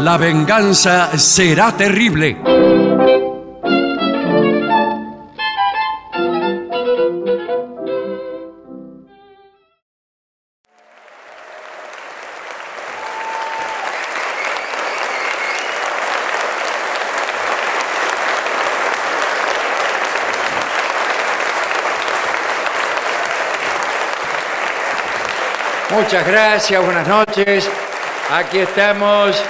La venganza será terrible. Muchas gracias, buenas noches. Aquí estamos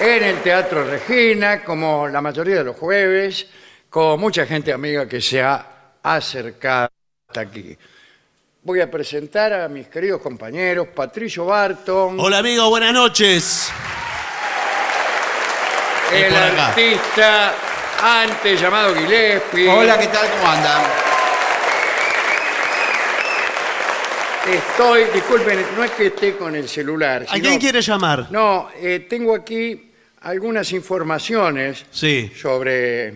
en el Teatro Regina, como la mayoría de los jueves, con mucha gente amiga que se ha acercado hasta aquí. Voy a presentar a mis queridos compañeros, Patricio Barton, Hola amigos, buenas noches. el por acá. artista antes llamado Gillespie. Hola, ¿qué tal? ¿Cómo andan? Estoy, disculpen, no es que esté con el celular. ¿A sino- quién quiere llamar? No, eh, tengo aquí algunas informaciones Sí. sobre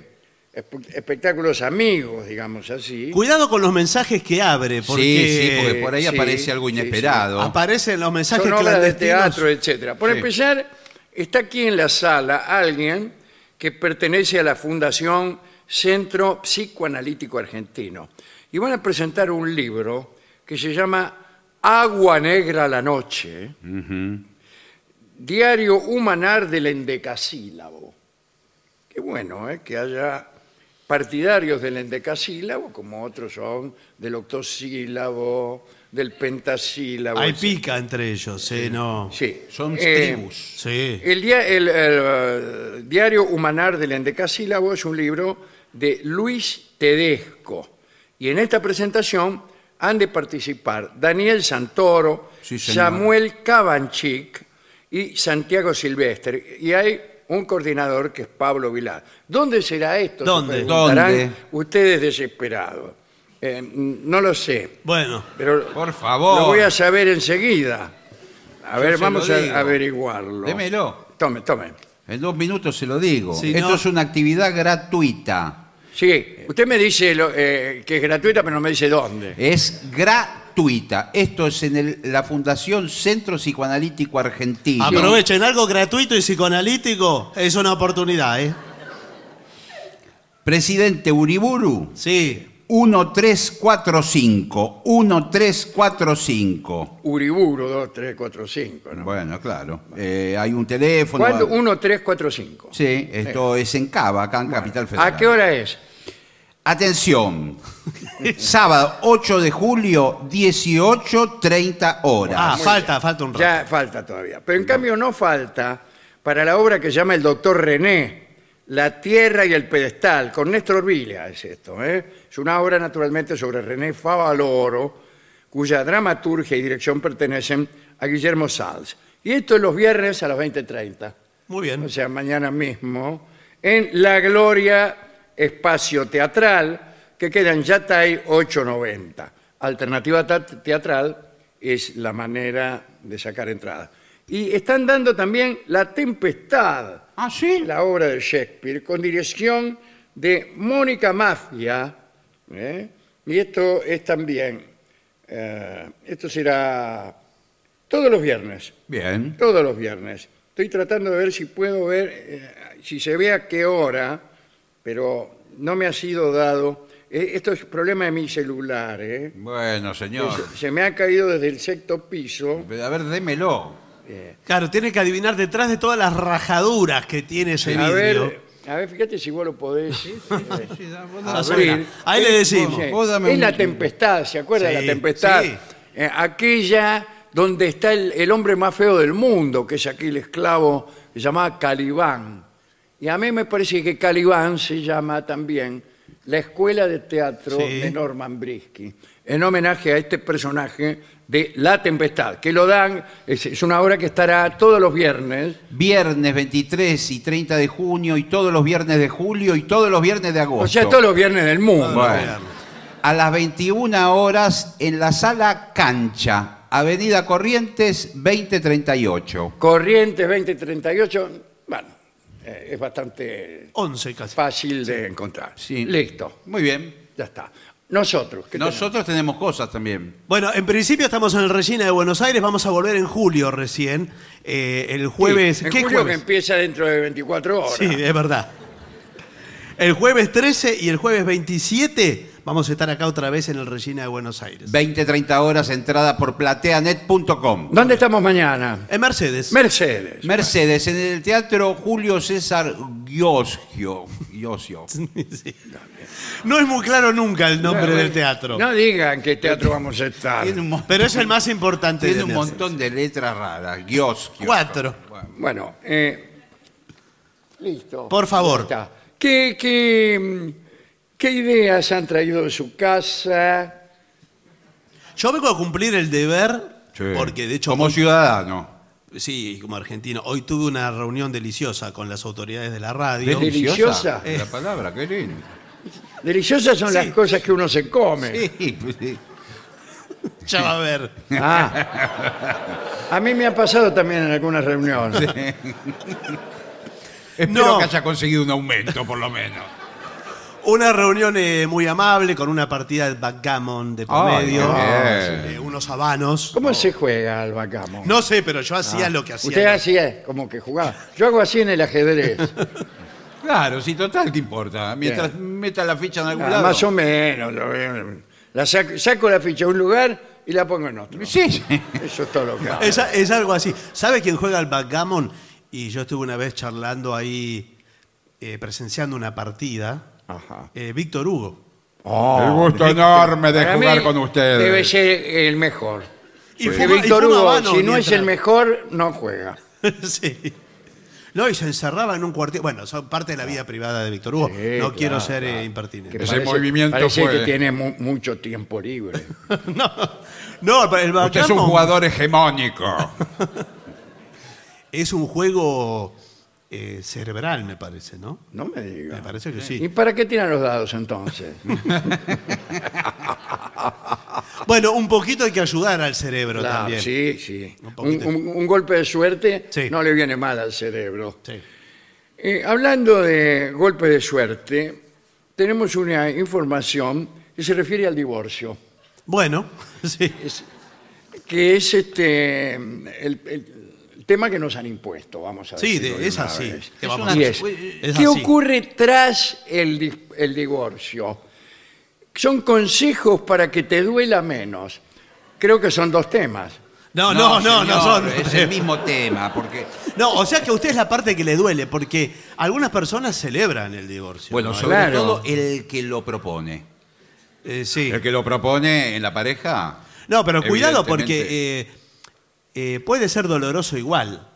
esp- espectáculos amigos, digamos así. Cuidado con los mensajes que abre, porque, Sí, sí, porque por ahí Sí, aparece algo sí, sí. inesperado. aparecen los mensajes Son obras de clandestinos. teatro, etcétera. Por Sí. empezar, está aquí en la sala alguien que pertenece a la Fundación Centro Psicoanalítico Argentino. Y van a presentar un libro que se llama Agua Negra a la Noche, Diario Humanar del Endecasílabo. Qué bueno, ¿eh? que haya partidarios del endecasílabo, como otros son del octosílabo, del pentasílabo. Hay etcétera. pica entre ellos, sí, no. Sí. Son Eh, tribus. Sí. El, dia- el, el, eh, diario Humanar del Endecasílabo es un libro de Luis Tedesco. Y en esta presentación han de participar Daniel Santoro, Sí, señor. Samuel Cabanchic y Santiago Silvestre. Y hay un coordinador que es Pablo Vilar. ¿Dónde será esto? Se ¿Dónde? preguntarán ¿Dónde? Ustedes desesperados. Eh, no lo sé. Bueno, Pero Por favor. Lo voy a saber enseguida. A ver, se lo vamos digo. a averiguarlo. Démelo. Tome, tome. En dos minutos se lo digo. Si Esto no- es una actividad gratuita. Sí, usted me dice lo- eh, que es gratuita, pero no me dice dónde. Es gratuita. Esto es en el- la Fundación Centro Psicoanalítico Argentino. aprovechen algo gratuito y psicoanalítico. Es una oportunidad, ¿eh? Presidente Uriburu, Sí. 1345. 1345. Uriburo 2, 3, 4, 5. ¿no? Bueno, claro. Eh, hay un teléfono. ¿Cuándo? 1, 3, 4, 5. Sí, esto es en Cava, acá en Capital Federal. ¿A qué hora es? Atención. Sábado 8 de julio, 18.30 horas. Ah, falta, falta un rato. Ya falta todavía. Pero en cambio no falta para la obra que llama el doctor René, La Tierra y el Pedestal, con Néstor Villa es esto. ¿eh? Es una obra naturalmente sobre René Favaloro, cuya dramaturgia y dirección pertenecen a Guillermo Salz. Y esto es los viernes a las 20.30, Muy o bien. sea, mañana mismo, en La Gloria Espacio Teatral, que queda en Yatay 890. Alternativa ta- teatral es la manera de sacar entradas. Y están dando también La Tempestad, Ah, sí. la obra de Shakespeare, con dirección de Mónica Mafia. ¿eh? Y esto es también, eh, esto será todos los viernes, Bien. todos los viernes. Estoy tratando de ver si puedo ver, eh, si se ve a qué hora, pero no me ha sido dado. Eh, esto es problema de mi celular, ¿eh? Bueno, señor. Se, se me ha caído desde el sexto piso. A ver, démelo. Claro, tiene que adivinar detrás de todas las rajaduras que tiene ese A ver, Este vidrio. a ver, fíjate si vos lo podés. eh, La abrir. zona. Ahí le decimos. Sí. Vos dame Es un- la tempestad, ¿se acuerda de Sí, la tempestad? sí. Eh, aquella donde está el, el hombre más feo del mundo, que es aquel esclavo que se llamaba Calibán. Y a mí me parece que Calibán se llama también la Escuela de Teatro Sí. de Norman Brisky, en homenaje a este personaje de La Tempestad, que lo dan, es, es una obra que estará todos los viernes. Viernes 23 y 30 de junio y todos los viernes de julio y todos los viernes de agosto. O sea, todos los viernes del mundo. Bueno. A las 21 horas en la sala Cancha, Avenida Corrientes 2038. Corrientes 2038, bueno, eh, es bastante 11 casi. fácil de encontrar. Sí. Listo, Muy bien. ya está. Nosotros. ¿qué tenemos? Nosotros tenemos cosas también. Bueno, en principio estamos en el Regina de Buenos Aires, vamos a volver en julio recién. Eh, el jueves. en ¿qué julio jueves? que empieza dentro de 24 horas. Sí, es verdad. El jueves 13 y el jueves 27 vamos a estar acá otra vez en el Regina de Buenos Aires. 20-30 horas entrada por plateanet.com. ¿Dónde estamos mañana? En Mercedes. Mercedes. Mercedes, en el Teatro Julio César Giosgio. Giosio. Sí. No es muy claro nunca el nombre No, del teatro. No digan qué teatro vamos a estar. Tiene un, mon- Pero es el más importante tiene de un Mercedes. montón de letras raras. Giosgio. Cuatro. Bueno, eh, listo. Por favor. Ya está. ¿Qué, qué, mm, qué ideas han traído de su casa? Yo vengo a cumplir el deber, Sí. porque de hecho. Como hoy- ciudadano. Sí, como argentino. Hoy tuve una reunión deliciosa con las autoridades de la radio. Deli- Deliciosa. Eh. La palabra, qué lindo. Deliciosas son las cosas que uno se come. Sí, pues sí. Ya va a ver. Ah. A mí me ha pasado también en algunas reuniones. Espero No. que haya conseguido un aumento, por lo menos. Una reunión eh, muy amable con una partida de backgammon de por Ay, medio, qué bien. eh, unos habanos. ¿Cómo se juega al backgammon? No sé, pero yo Ah. hacía lo que hacía. Usted así es, como que jugaba. Yo hago así en el ajedrez. Claro, sí, total, ¿qué importa? Mientras meta la ficha en algún Ah, lado. Más o menos. lo veo. La saco, saco la ficha de un lugar y la pongo en otro. Sí, sí. Eso es todo lo que hago. Es, es algo así. ¿Sabe quién juega al backgammon? Y yo estuve una vez charlando ahí, eh, presenciando una partida. Ajá. Eh, Víctor Hugo. Oh, El gusto enorme de Para jugar mí, con ustedes. Debe ser el mejor. Y Porque fuma- y Víctor fuma Hugo, habano si no es mientras- el mejor, no juega. sí. No, y se encerraba en un cuartito. Bueno, son parte de la vida privada de Víctor Hugo. Sí, no claro, quiero ser eh, Que impertinente. Ese movimiento parece fue- que tiene mu- mucho tiempo libre. no, no, pero el Usted es un backgammon jugador hegemónico. es un juego eh, cerebral, me parece, ¿no? No me diga. Me parece que ¿Y sí. para qué tiran los dados entonces? Bueno, un poquito hay que ayudar al cerebro Claro, también. sí, sí. Un Un, poquito. un- un golpe de suerte Sí. no le viene mal al cerebro. Sí. Eh, hablando de golpe de suerte, tenemos una información que se refiere al divorcio. Bueno, sí. que es este el, el tema que nos han impuesto, vamos a Sí, decirlo de- de es una así. vez. ¿Qué vamos a Y hacer? es, Es ¿Qué así. ocurre tras el, di- el divorcio? Son consejos para que te duela menos. Creo que son dos temas. No, no, no, no, señor, son. Es el mismo tema, porque. No, o sea que a usted es la parte que le duele, porque algunas personas celebran el divorcio. Bueno, ¿no? sobre Claro. todo el que lo propone. Eh, sí. El que lo propone en la pareja. No, pero cuidado evidentemente. porque eh, eh, puede ser doloroso igual.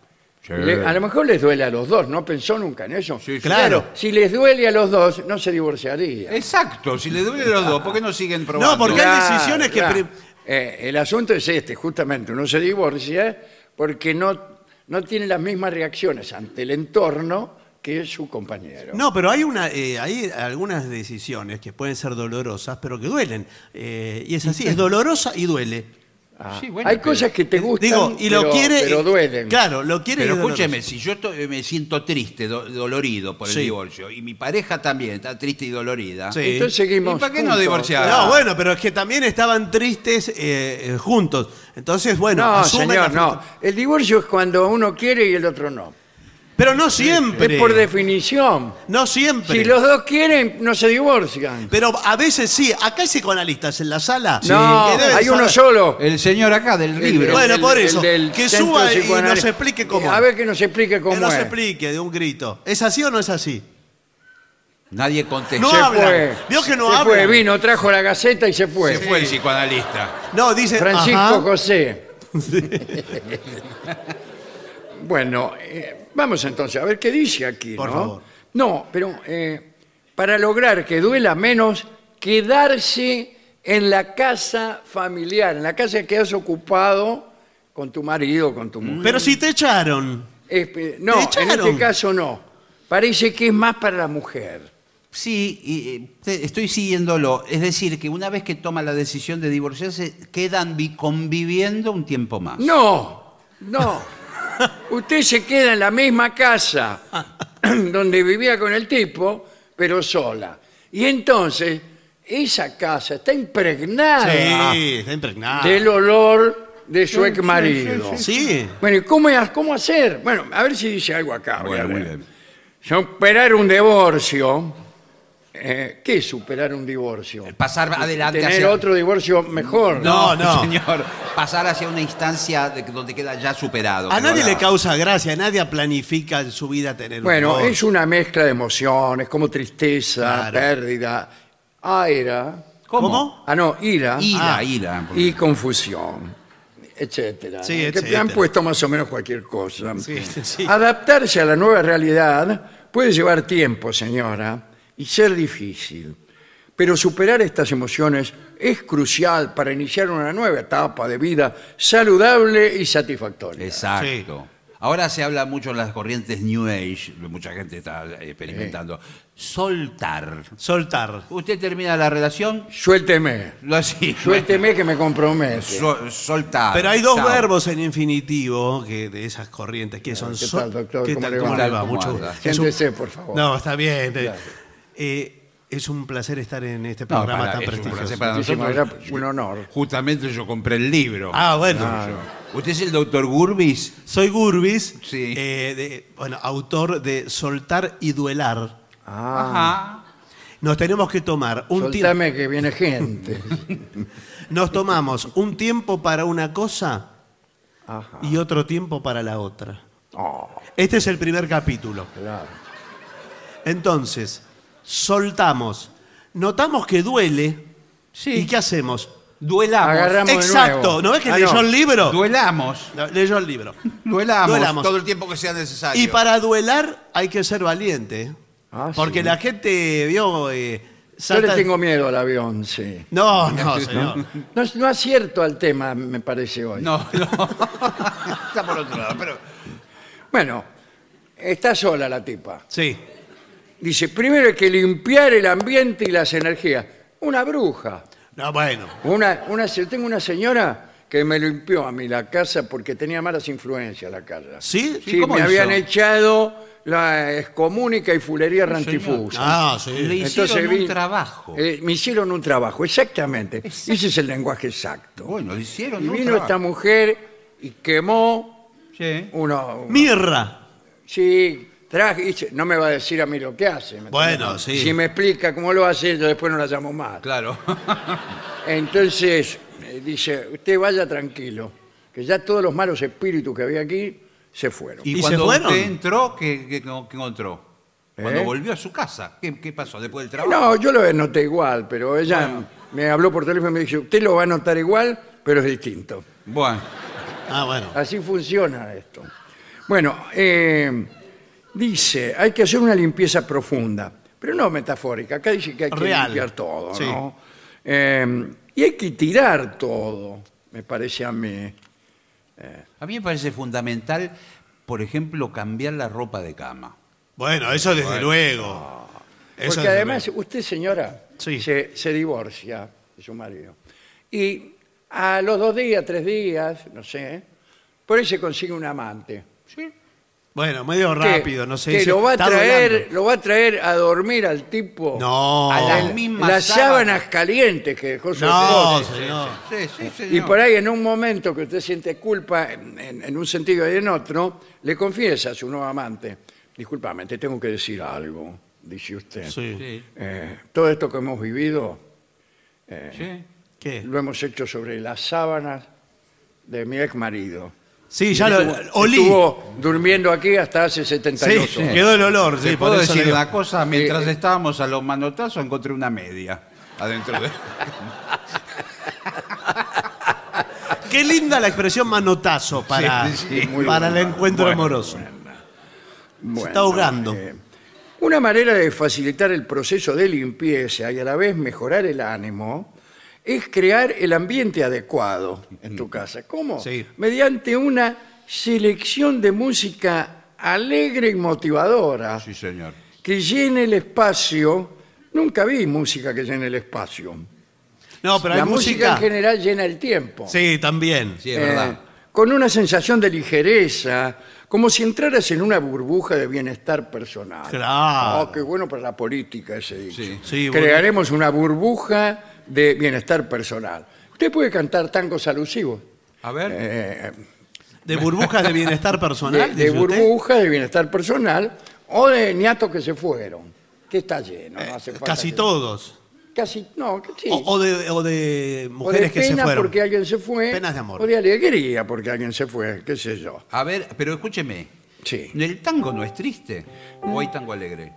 Sí. Le- Eh. a lo mejor les duele a los dos, ¿no pensó nunca en eso? Sí, sí. Claro. Si les duele a los dos, no se divorciaría. Exacto, si le duele a los dos, ¿por qué no siguen probando? No, porque- hay decisiones que prim- Eh, el asunto es este, justamente, uno se divorcia porque no, no tiene las mismas reacciones ante el entorno que su compañero. No, pero hay una, eh, hay algunas decisiones que pueden ser dolorosas, pero que duelen. Eh, y es así, es dolorosa y duele. Ah, Sí, bueno, Hay pero- cosas que te gustan, Digo, y lo pero, quiere. pero duelen. Claro, lo quiere. Pero y es doloroso. escúcheme, si yo estoy- me siento triste, do- dolorido por el Sí. divorcio, y mi pareja también está triste y dolorida, Sí. Entonces ¿y seguimos. para qué juntos. no divorciar? No, bueno, pero es que también estaban tristes eh, eh, juntos. Entonces, bueno, No, asumen la señor, no. frustración. El divorcio es cuando uno quiere y el otro no. Pero no siempre. Es por definición. No siempre. Si los dos quieren, no se divorcian. Pero a veces sí. Acá hay psicoanalistas en la sala. No, que deben hay uno saber- solo. El señor acá del libro. Bueno, por eso, del que centro suba y psicoanal- nos explique cómo A es. ver que nos explique cómo Que no es. se explique de un grito. ¿Es así o no es así? Nadie contestó. No Se hablan. fue. Vio que no se fue, hablan. vino, trajo la gaceta y se fue. Se fue el psicoanalista. No, dice. Francisco ajá. José. bueno, eh, vamos entonces a ver qué dice aquí. Por ¿no? favor. No, pero eh, para lograr que duela menos, quedarse en la casa familiar, en la casa que has ocupado con tu marido, con tu mujer. Pero si te echaron. Espe- no, Te en echaron. este caso no. Parece que es más para la mujer. Sí, y, eh, te- estoy siguiéndolo. Es decir, que una vez que toma la decisión de divorciarse, quedan vi- conviviendo un tiempo más. No, no. Usted se queda en la misma casa Ah. donde vivía con el tipo, pero sola. Y entonces esa casa está impregnada Sí, está impregnado. del olor de su Sí, ex marido. sí, Sí. Bueno, ¿y cómo, cómo hacer? Bueno, a ver si dice algo acá. voy a Bueno, muy ver. bien. Superar un divorcio. eh, ¿Qué es superar un divorcio? Eh, Pasar adelante Tener hacia... otro divorcio mejor. No, no. señor. Pasar hacia una instancia de que- donde queda ya superado. A nadie Ahora, le causa gracia, nadie planifica en su vida tener un Bueno, hijo. es una mezcla de emociones, como tristeza, Claro. pérdida, aira, ¿Cómo? ¿Cómo? ah no, ira Ira, Ah. ira. y confusión, etcétera. Sí, Que etcétera. han puesto más o menos cualquier cosa. Sí, sí. Adaptarse a la nueva realidad puede llevar tiempo, señora, y ser difícil. Pero superar estas emociones es crucial para iniciar una nueva etapa de vida saludable y satisfactoria. Exacto. Ahora se habla mucho en las corrientes New Age, mucha gente está eh, experimentando. Soltar. Soltar. Usted termina la relación, Suélteme, lo así. suélteme que me comprometo. Sol- soltar. Pero hay dos Chao. verbos en infinitivo que de esas corrientes que son ¿qué sol- tal, doctor? ¿Qué ¿Cómo tal? le ¿Cómo va? le va? ¿Cómo Mucho anda? gusto. Es un- Siéntese, por favor. No, está bien. te- Gracias. Eh, es un placer estar en este No, programa para- tan es un placer prestigioso. para Muchísimas nosotros. gracias, un honor. Justamente yo compré el libro. Ah, bueno. ¿Usted es el doctor Gurbis? Soy Gurbis, Sí. eh, de- bueno, autor de Soltar y Duelar. Ah. Ajá. Nos tenemos que tomar un tiempo. Soltame que viene gente. Nos tomamos un tiempo para una cosa Ajá. y otro tiempo para la otra. Oh, Este es el primer capítulo. claro. Entonces, soltamos. Notamos que duele. ¿Y qué hacemos? Duelamos. Agarramos de nuevo. Exacto. ¿No ves que Ah, leyó no. el libro? Duelamos. No, leyó el libro. Duelamos. Duelamos. Todo el tiempo que sea necesario. Y para duelar hay que ser valiente. Ah, porque sí. la gente vio. eh, Yo salta- le tengo miedo al avión, sí. No, no, señor. No, no acierto al tema, me parece hoy. No, no. Está por otro lado, pero. Bueno, está sola la tipa. Sí. Dice, primero hay que limpiar el ambiente y las energías. Una bruja. No, bueno. Una, una, se- tengo una señora que me limpió a mí la casa porque tenía malas influencias la casa. ¿Sí? Sí, ¿Cómo me hizo? habían echado la excomúnica y fulería rantifusa. Ah, sí. Le hicieron un vi- trabajo. eh, me hicieron un trabajo, exactamente. Ese es el lenguaje exacto. Bueno, hicieron. y un vino trabajo. esta mujer y quemó Sí. uno. Mirra. Sí, traje, dice, no me va a decir a mí lo que hace. ¿me Bueno, entendés? sí. Si me explica cómo lo hace, yo después no la llamo más. Claro. Entonces, eh, dice, usted vaya tranquilo, que ya todos los malos espíritus que había aquí se fueron. ¿Y Y, se cuando fueron? usted entró, ¿qué, qué- qué encontró? Cuando ¿Eh? volvió a su casa, ¿qué, qué pasó después del trabajo? No, yo lo noté igual, pero ella Bueno. me habló por teléfono y me dijo, usted lo va a notar igual, pero es distinto. Bueno, Ah, bueno. Así funciona esto. Bueno, eh, dice, hay que hacer una limpieza profunda, pero no metafórica. Acá dice que hay que Real. limpiar todo, Sí. ¿no? Eh, y hay que tirar todo, me parece a mí. a mí me parece fundamental, por ejemplo, cambiar la ropa de cama. Bueno, eso desde luego. Eso Porque desde además, luego. usted, señora, Sí. se, se divorcia de su marido. Y a los dos días, tres días, no sé, por ahí se consigue un amante. Bueno, medio que- rápido, no sé. Que se- lo va a está traer, doblando. lo va a traer a dormir al tipo. No. A la El- misma las sábana. sábanas calientes que dejó su No, esposa. señor. Sí, sí, sí. Y por ahí en un momento que usted siente culpa en, en- en un sentido y en otro, le confiesa a su nuevo amante, disculpame, te tengo que decir algo, dice usted. Sí. Eh, todo esto que hemos vivido ¿Qué? lo hemos hecho sobre las sábanas de mi ex marido. Sí, ya lo Estuvo- olí. Estuvo durmiendo aquí hasta hace Sí, 72 horas. quedó el olor. Sí, Te por puedo eso decir le- una cosa, mientras Eh, eh. estábamos a los manotazos encontré una media adentro de... Qué linda la expresión manotazo para, Sí, sí, muy para buena. el encuentro Bueno, amoroso. Bueno, Se está ahogando. eh, una manera de facilitar el proceso de limpieza y a la vez mejorar el ánimo es crear el ambiente adecuado en tu casa. ¿Cómo? Mm. Sí. Mediante una selección de música alegre y motivadora Sí, señor. que llene el espacio. Nunca vi música que llene el espacio. no, pero hay la música música. en general llena el tiempo. Sí, también. Sí, es Eh, verdad. Con una sensación de ligereza, como si entraras en una burbuja de bienestar personal. Claro. Oh, qué bueno para la política ese dicho. Sí, sí, bueno. Crearemos una burbuja de bienestar personal. Usted puede cantar tangos alusivos. A ver. eh, ¿De burbujas de bienestar de, personal? de dice usted? burbuja de bienestar personal o de niatos que se fueron, que está lleno. no hace falta Eh, Casi que- todos. Casi, no, que sí. O, o de, o de mujeres o de que se pena fueron. porque alguien se fue. Penas de amor. O de alegría porque alguien se fue, qué sé yo. A ver, pero escúcheme. Sí. ¿El tango no es triste? ¿O hay tango alegre?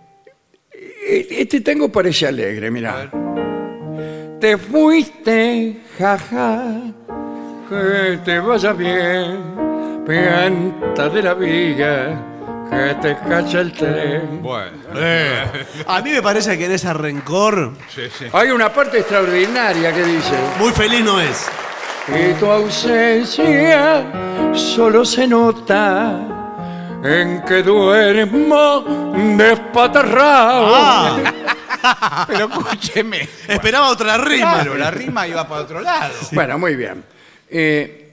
E- Este tango parece alegre, mirá. A Te fuiste, jaja, que te vaya bien, pianta de la viga, que te cacha el tren. Bueno. Eh, A mí me parece que en ese rencor Hay una parte extraordinaria que dice, muy feliz no es. y tu ausencia solo se nota en que duermo despatarrado. Ah, Pero escúcheme. esperaba otra rima. Claro, la rima iba para otro lado. Bueno, muy bien. Eh,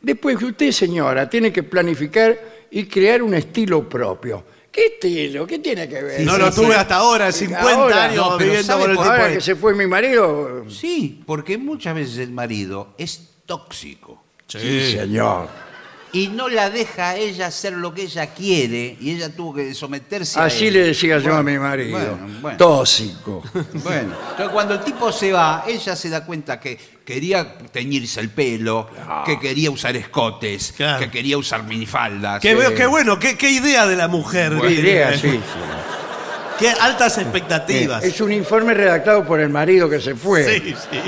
después usted, señora, tiene que planificar y crear un estilo propio. ¿Qué estilo? ¿Qué tiene que ver? no sí, lo sí. tuve hasta ahora, 50 Ahora, años no, pero viviendo ¿sabe con el tipo Ahora que este. se fue mi marido. Sí, porque muchas veces el marido es tóxico Sí, señor. y no la deja a ella hacer lo que ella quiere y ella tuvo que someterse a Así él. le decía yo a mi Bueno, marido. Bueno, bueno. Tóxico. Bueno, entonces cuando el tipo se va, ella se da cuenta que quería teñirse el pelo, que quería usar escotes, Claro. que quería usar minifaldas. Qué, eh, veo- qué bueno, qué, qué idea de la mujer. Qué idea, sí. Qué altas expectativas. Es un informe redactado por el marido que se fue. Sí, sí.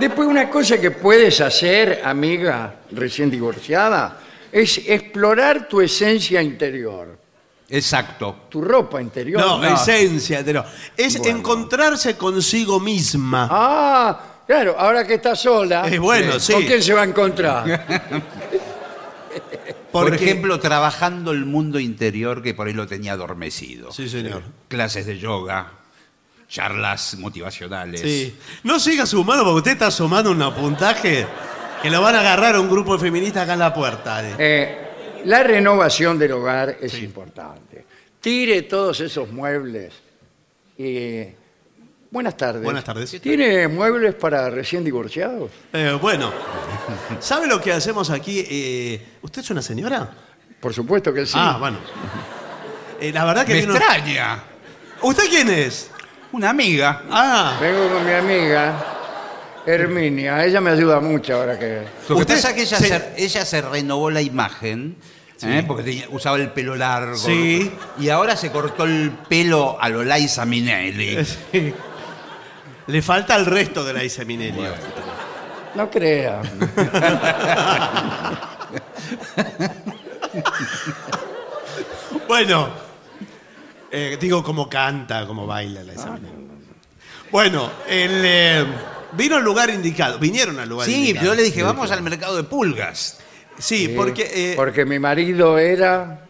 Después, una cosa que puedes hacer, amiga recién divorciada, es explorar tu esencia interior, Exacto. tu ropa interior. Ah, No, no. esencia, pero es Bueno. encontrarse consigo misma. Ah, claro, ahora que está sola. eh, Es bueno, ¿Con sí. quién se va a encontrar? Por Porque- ejemplo, trabajando el mundo interior que por ahí lo tenía adormecido. Sí, señor. Clases de yoga, charlas motivacionales. Sí. No siga sumando porque usted está sumando un puntaje que lo van a agarrar a un grupo de feministas acá en la puerta. eh. Eh, la renovación del hogar es importante. Tire todos esos muebles. y- buenas tardes. Buenas tardes. ¿Tiene muebles para recién divorciados? Eh, bueno, ¿sabe lo que hacemos aquí? Eh, ¿Usted es una señora? Por supuesto que sí. Ah, bueno. Eh, la verdad que Me tiene un- extraña. ¿Usted quién es? Una amiga. Ah, Vengo con mi amiga Herminia. Ella me ayuda mucho ahora que. Lo que Usted pasa es que ella se- se, ella se renovó la imagen, ¿eh? porque tenía- usaba el pelo largo. Sí. Y ahora se cortó el pelo a lo Liza Minelli. sí. Le falta el resto de la Iseminelli. No crea. Bueno, eh, digo cómo canta, cómo baila la Ah, Iseminelli. Bueno, el, eh, vino al lugar indicado, vinieron al lugar Sí, indicado. yo le dije, vamos al mercado de pulgas. Sí, porque... eh, Porque mi marido era.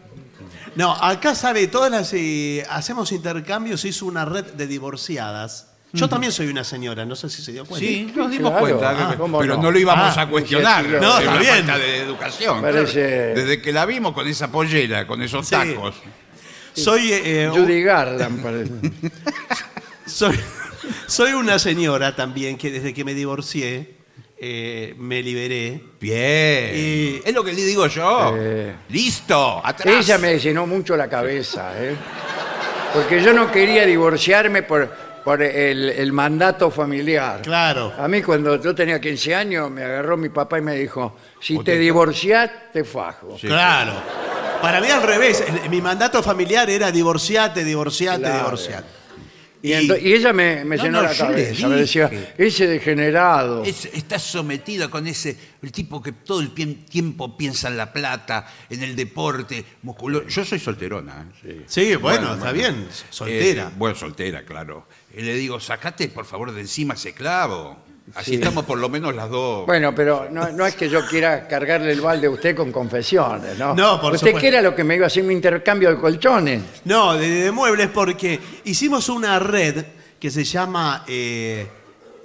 No, acá sabe, todas las... eh, hacemos intercambios, hizo una red de divorciadas. Yo también soy una señora, no sé si se dio cuenta. Sí, nos dimos claro. cuenta, Ah, ¿cómo pero no? no? lo íbamos Ah, a cuestionar. sí, sí, sí. No, Es está una bien. falta de educación. claro. Parece- Desde que la vimos con esa pollera, con esos Sí. tacos. Soy, eh, un- Judy Garland, parece. soy, soy una señora también que desde que me divorcié eh, me liberé. Bien. Y- Es lo que le digo yo. Eh. Listo, atrás. Ella me llenó mucho la cabeza, ¿eh? Porque yo no quería divorciarme por, por el, el mandato familiar. Claro. A mí cuando yo tenía 15 años me agarró mi papá y me dijo, si O te te- divorciás, te fajo. Sí. Claro. Para mí al revés, el- mi mandato familiar era divorciate, divorciate, Claro. divorciate. Y, ento- y ella me, me No, llenó no, la yo le cabeza, me decía, dije. ese degenerado. Es- está sometida con ese, el tipo que todo el pie- tiempo piensa en la plata, en el deporte, musculoso. Yo soy solterona. ¿eh? Sí, bueno, Bueno, está bueno. bien, soltera. Eh, bueno, soltera, claro. Y le digo, sacate por favor de encima ese clavo. Así estamos por lo menos las dos. Bueno, pero no, no es que yo quiera cargarle el balde a usted con confesiones, ¿no? No, por ¿Usted supuesto. qué era lo que me iba a hacer un intercambio de colchones? No, de, de muebles porque hicimos una red que se llama eh,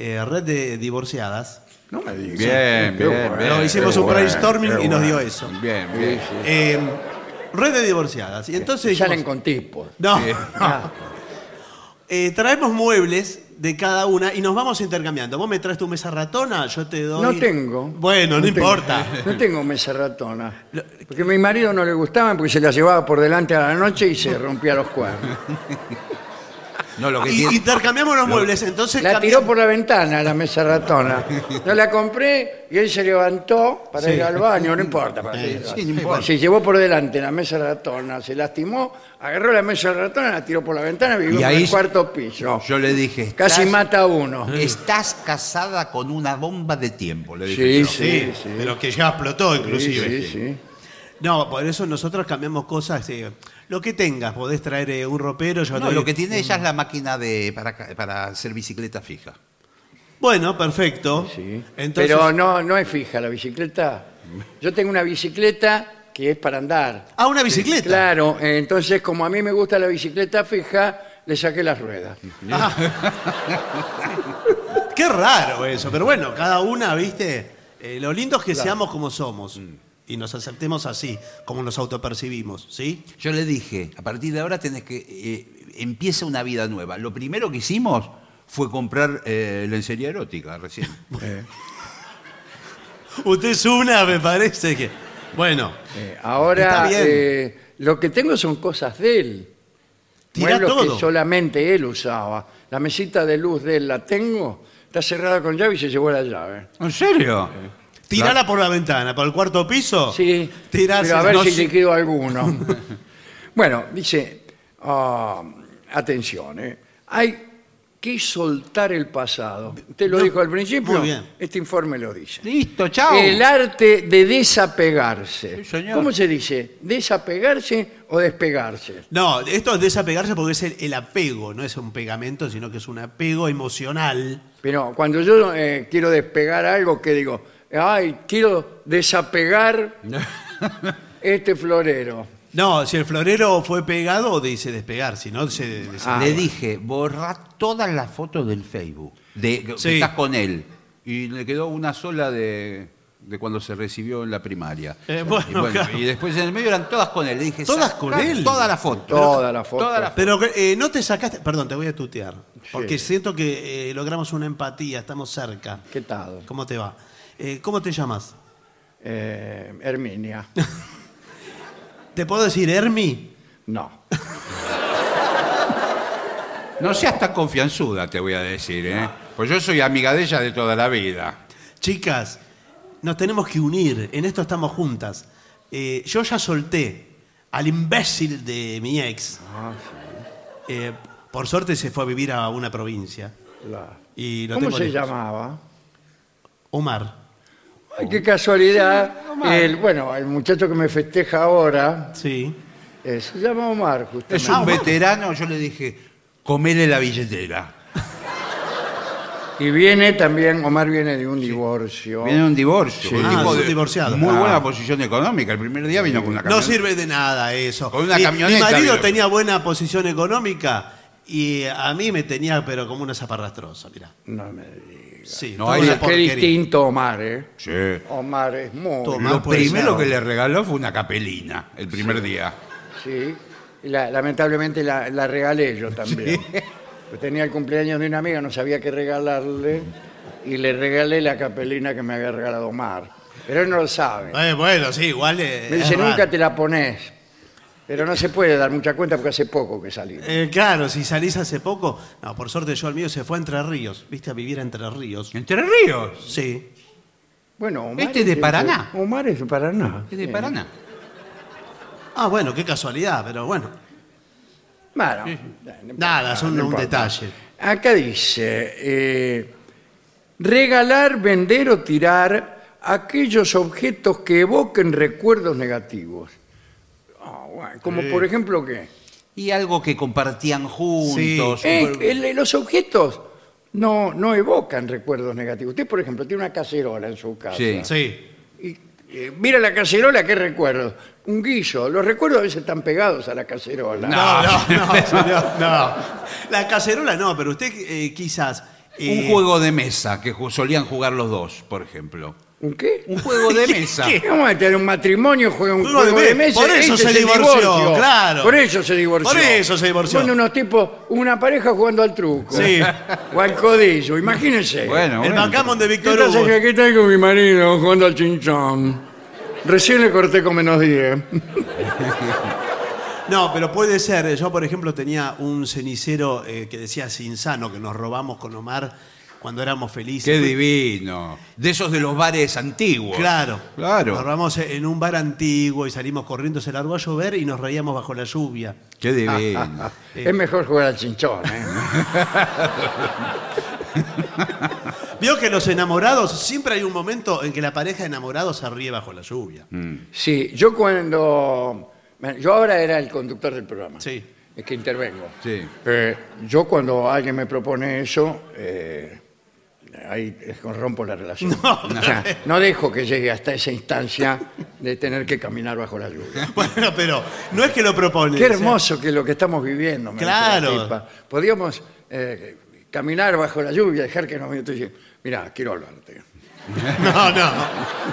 eh, Red de Divorciadas No me digas. Bien, Qué bien, bueno, Pero hicimos qué un bueno, brainstorming qué y nos bueno. dio eso. Bien, Sí, bien. sí. Eh, red de divorciadas. Y entonces dijimos, Salen con tipos. No. Ah, Eh, traemos muebles de cada una y nos vamos intercambiando. Vos me traes tu mesa ratona, yo te doy. no tengo. Bueno, no, tengo. importa. No tengo mesa ratona. Porque a mi marido no le gustaban porque se la llevaba por delante a la noche y se rompía los cuernos. No, lo que Y- tiene- intercambiamos los muebles, entonces. La cambi- tiró por la ventana la mesa ratona. Yo la compré y él se levantó para Sí. ir al baño, no importa. para ir al baño. Se llevó por delante la mesa ratona, se lastimó, agarró la mesa ratona, la tiró por la ventana y vivió Y en ahí- el cuarto piso. Yo le dije. estás- Casi mata a uno. Estás casada con una bomba de tiempo, le dije. Sí, yo. sí, Sí, sí. pero que ya explotó Sí, inclusive. sí, sí. No, por eso nosotros cambiamos cosas. eh, lo que tengas, podés traer eh, un ropero, yo te No, doy- lo que tiene ella es la máquina de para, ca- para hacer bicicleta fija. Bueno, perfecto. Sí. Entonces, Pero no, no es fija la bicicleta. Yo tengo una bicicleta que es para andar. Ah, una bicicleta. Claro, eh, entonces como a mí me gusta la bicicleta fija, le saqué las ruedas. Qué raro eso, pero bueno, cada una, viste, Eh, lo lindo es que seamos como somos y nos aceptemos así, como nos autopercibimos, ¿sí? Yo le dije, a partir de ahora tenés que. eh, empieza una vida nueva. Lo primero que hicimos fue comprar eh, lencería erótica recién. Usted es una, me parece que. Bueno, Eh, ahora Está bien. eh, lo que tengo son cosas de él. Tirá Muebles todo. que solamente él usaba. La mesita de luz de él la tengo, está cerrada con llave y se llevó la llave. ¿En serio? tirala por la ventana, por el cuarto piso. Sí, Tirás- pero a ver no si sé- le quedó alguno. bueno, dice, ah, atención, eh, hay que soltar el pasado. Usted lo No, dijo al principio, muy bien. este informe lo dice. Listo, chao. El arte de desapegarse. Sí, señor. ¿Cómo se dice? ¿Desapegarse o despegarse? No, esto es desapegarse porque es el, el apego, no es un pegamento, sino que es un apego emocional. Pero cuando yo eh, quiero despegar algo, que digo? Ay, quiero desapegar este florero. No, si el florero fue pegado, dice despegar, si no, se desapega. Ah, le bueno. dije, borrá todas las fotos del Facebook. De, que Sí. estás con él. Y le quedó una sola de, de cuando se recibió en la primaria. Eh, bueno, y, claro. y después en el medio eran todas con él. Le dije, ¿Todas sacá con él? Todas las fotos. Todas las fotos. Todas las fotos. Pero eh, no te sacaste. Perdón, te voy a tutear. Porque siento que eh, logramos una empatía, estamos cerca. ¿Qué tal? ¿Cómo te va? Eh, ¿Cómo te llamas? Eh, Herminia. ¿Te puedo decir Hermi? No. No seas tan confianzuda, te voy a decir, ¿eh? Pues yo soy amiga de ella de toda la vida. Chicas, nos tenemos que unir. En esto estamos juntas. Eh, yo ya solté al imbécil de mi ex. Ah. Eh, por suerte se fue a vivir a una provincia. la- Y lo ¿Cómo tengo se lejos. llamaba? Omar. Ay, qué casualidad. el, bueno, el muchacho que me festeja ahora Sí. eh, se llama Omar, Es justamente. Ah, un veterano, yo le dije, comele la billetera. Y viene también, Omar viene de un divorcio. Viene un divorcio. Sí. un Ah, tipo son de divorciados. Muy Ah. buena posición económica. El primer día vino con No una camioneta. sirve de nada eso. Con una Mi- camioneta, Mi marido mira. tenía buena posición económica y a mí me tenía, pero como una zaparrastrosa, mirá. No me diga. Sí, No, toda ahí una es Qué porquería. distinto Omar, ¿eh? Sí. Omar es muy... Toma. Lo Más puede primero ser. que le regaló fue una capelina el primer día. Sí. Y la- lamentablemente la, la regalé yo también. Pues tenía el cumpleaños de una amiga, no sabía qué regalarle. Y le regalé la capelina que me había regalado Omar. Pero él no lo sabe. Eh, bueno, sí, igual. eh, Me es dice, raro. nunca te la pones. Pero no se puede dar mucha cuenta porque hace poco que salí. Eh, claro, si salís hace poco. No, por suerte yo, el mío se fue a Entre Ríos. ¿Viste? A vivir a Entre Ríos. Entre Ríos. Sí. Bueno, Omar Este es de Paraná. Omar es de Paraná. Es de Sí. Paraná. Ah, bueno, qué casualidad, pero bueno. Bueno, no Nada, son no un importa. detalle. Acá dice, eh, regalar, vender o tirar aquellos objetos que evoquen recuerdos negativos. Ah, bueno, como por ejemplo qué. Y algo que compartían juntos. Sí. Eh, el- los objetos no, no evocan recuerdos negativos. Usted, por ejemplo, tiene una cacerola en su casa. Sí. Sí. Y, eh, mira la cacerola, ¿qué recuerdos? Un guiso. Los recuerdos a veces están pegados a la cacerola. No, no, no, señor, no. La cacerola no, pero usted eh, quizás Y- Un juego de mesa que ju- solían jugar los dos, por ejemplo. ¿Un qué? Un juego de mesa. ¿Qué? Vamos a meter un matrimonio, juega un Juego juego, de de mes. mesa. Por eso ese se es el divorció, divorcio. claro. Por eso se divorció. Por eso se divorció. Son unos tipos, una pareja jugando al truco. Sí. O al codillo, imagínense. Bueno, el bueno. Backgammon de ¿Qué Víctor estás Hugo. haciendo aquí? Estoy con mi marido jugando al chinchón? Recién le corté con menos 10. No, pero puede ser. eh, Yo, por ejemplo, tenía un cenicero eh, que decía Sinsano, que nos robamos con Omar cuando éramos felices. Qué divino. De esos de los bares antiguos. Claro. Nos Claro. robamos eh, en un bar antiguo y salimos corriendo, se largó a llover y nos reíamos bajo la lluvia. Qué divino. Es mejor jugar al chinchón, ¿eh? Vio que los enamorados, siempre hay un momento en que la pareja de enamorados se ríe bajo la lluvia. Sí, yo cuando... bueno, Yo ahora era el conductor del programa. Sí. Es que intervengo. Sí. Eh, yo cuando alguien me propone eso, eh, ahí es- rompo la relación. No. O sea, no dejo que llegue hasta esa instancia de tener que caminar bajo la lluvia. Bueno, pero no es que lo propone. Qué o sea, hermoso que es lo que estamos viviendo. me dice la Claro. tipa. Podíamos eh, caminar bajo la lluvia, dejar que nos... Entonces, mira, quiero hablarte. No, no.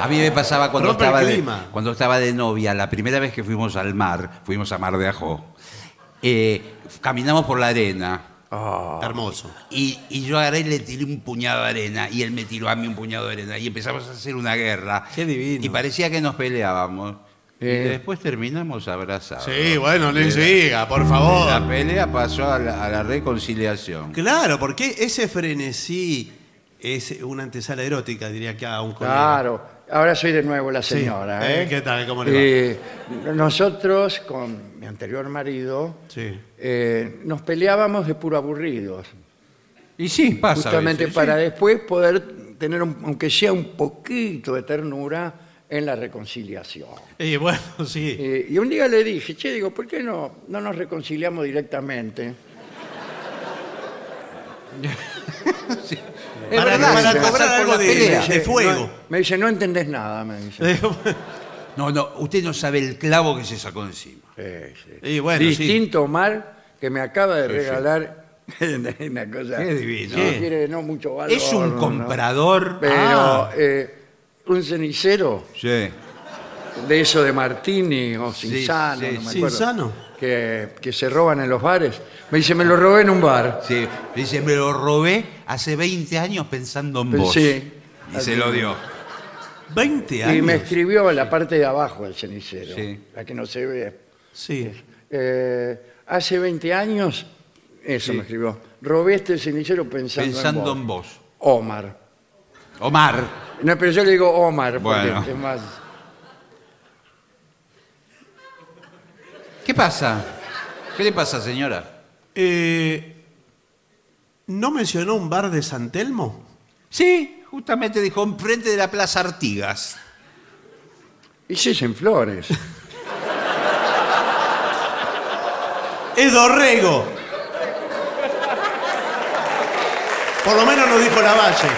A mí me pasaba cuando Rompe el estaba, de, clima. cuando estaba de novia, la primera vez que fuimos al mar, fuimos a Mar de Ajó, eh, caminamos por la arena. Hermoso. Y, y yo agarré y le tiré un puñado de arena y él me tiró a mí un puñado de arena y empezamos a hacer una guerra. Qué divino. Y parecía que nos peleábamos. Eh. Y después terminamos abrazados. Sí, bueno, no siga, por favor. La pelea pasó a la, a la reconciliación. Claro, porque ese frenesí es una antesala erótica, diría acá un colega. Claro, ahora soy de nuevo la Sí. señora. Eh, ¿eh? ¿qué tal? ¿Cómo le va? Eh, nosotros, con mi anterior marido, Sí. eh, nos peleábamos de puro aburridos. Ah, Y sí, pasa. a justamente veces, para sí. después poder tener, un- aunque sea un poquito de ternura, en la reconciliación. Y bueno, sí. Eh, y un día le dije, che, digo, ¿por qué no, no nos reconciliamos directamente? Es Para- verdad, para sin pasar cobrar por algo la de- pelea. de fuego. No, me dice, no entendés nada, me dice. Eh, bueno. No, no, usted no sabe el clavo que se sacó encima. Eh, sí. Y bueno, sí. Distinto mal que me acaba de regalar una cosa. Qué divino. No, tiene, no mucho valor. Es un no, comprador. Pero Ah. eh, un cenicero Sí. de eso de Martini o Cinzano, sí, no me sí. acuerdo, Cinzano. Que, que se roban en los bares. Me dice, me lo robé en un bar. Sí, dice, me lo robé hace 20 años pensando en vos. Sí. Y se lo dio. 20 Y años. me escribió la parte de abajo del cenicero, Sí. la que no se ve. Sí. Eh, hace 20 años, eso me escribió, robé este cenicero pensando, Pensando en, en vos. vos. Omar. Omar. No, pero yo le digo Omar, porque Bueno. es más... ¿Qué pasa? ¿Qué le pasa, señora? Eh, ¿No mencionó un bar de San Telmo? Sí, justamente dijo, enfrente de la Plaza Artigas. Y sí, es en Flores. ¡Es Dorrego! Por lo menos nos dijo la valle.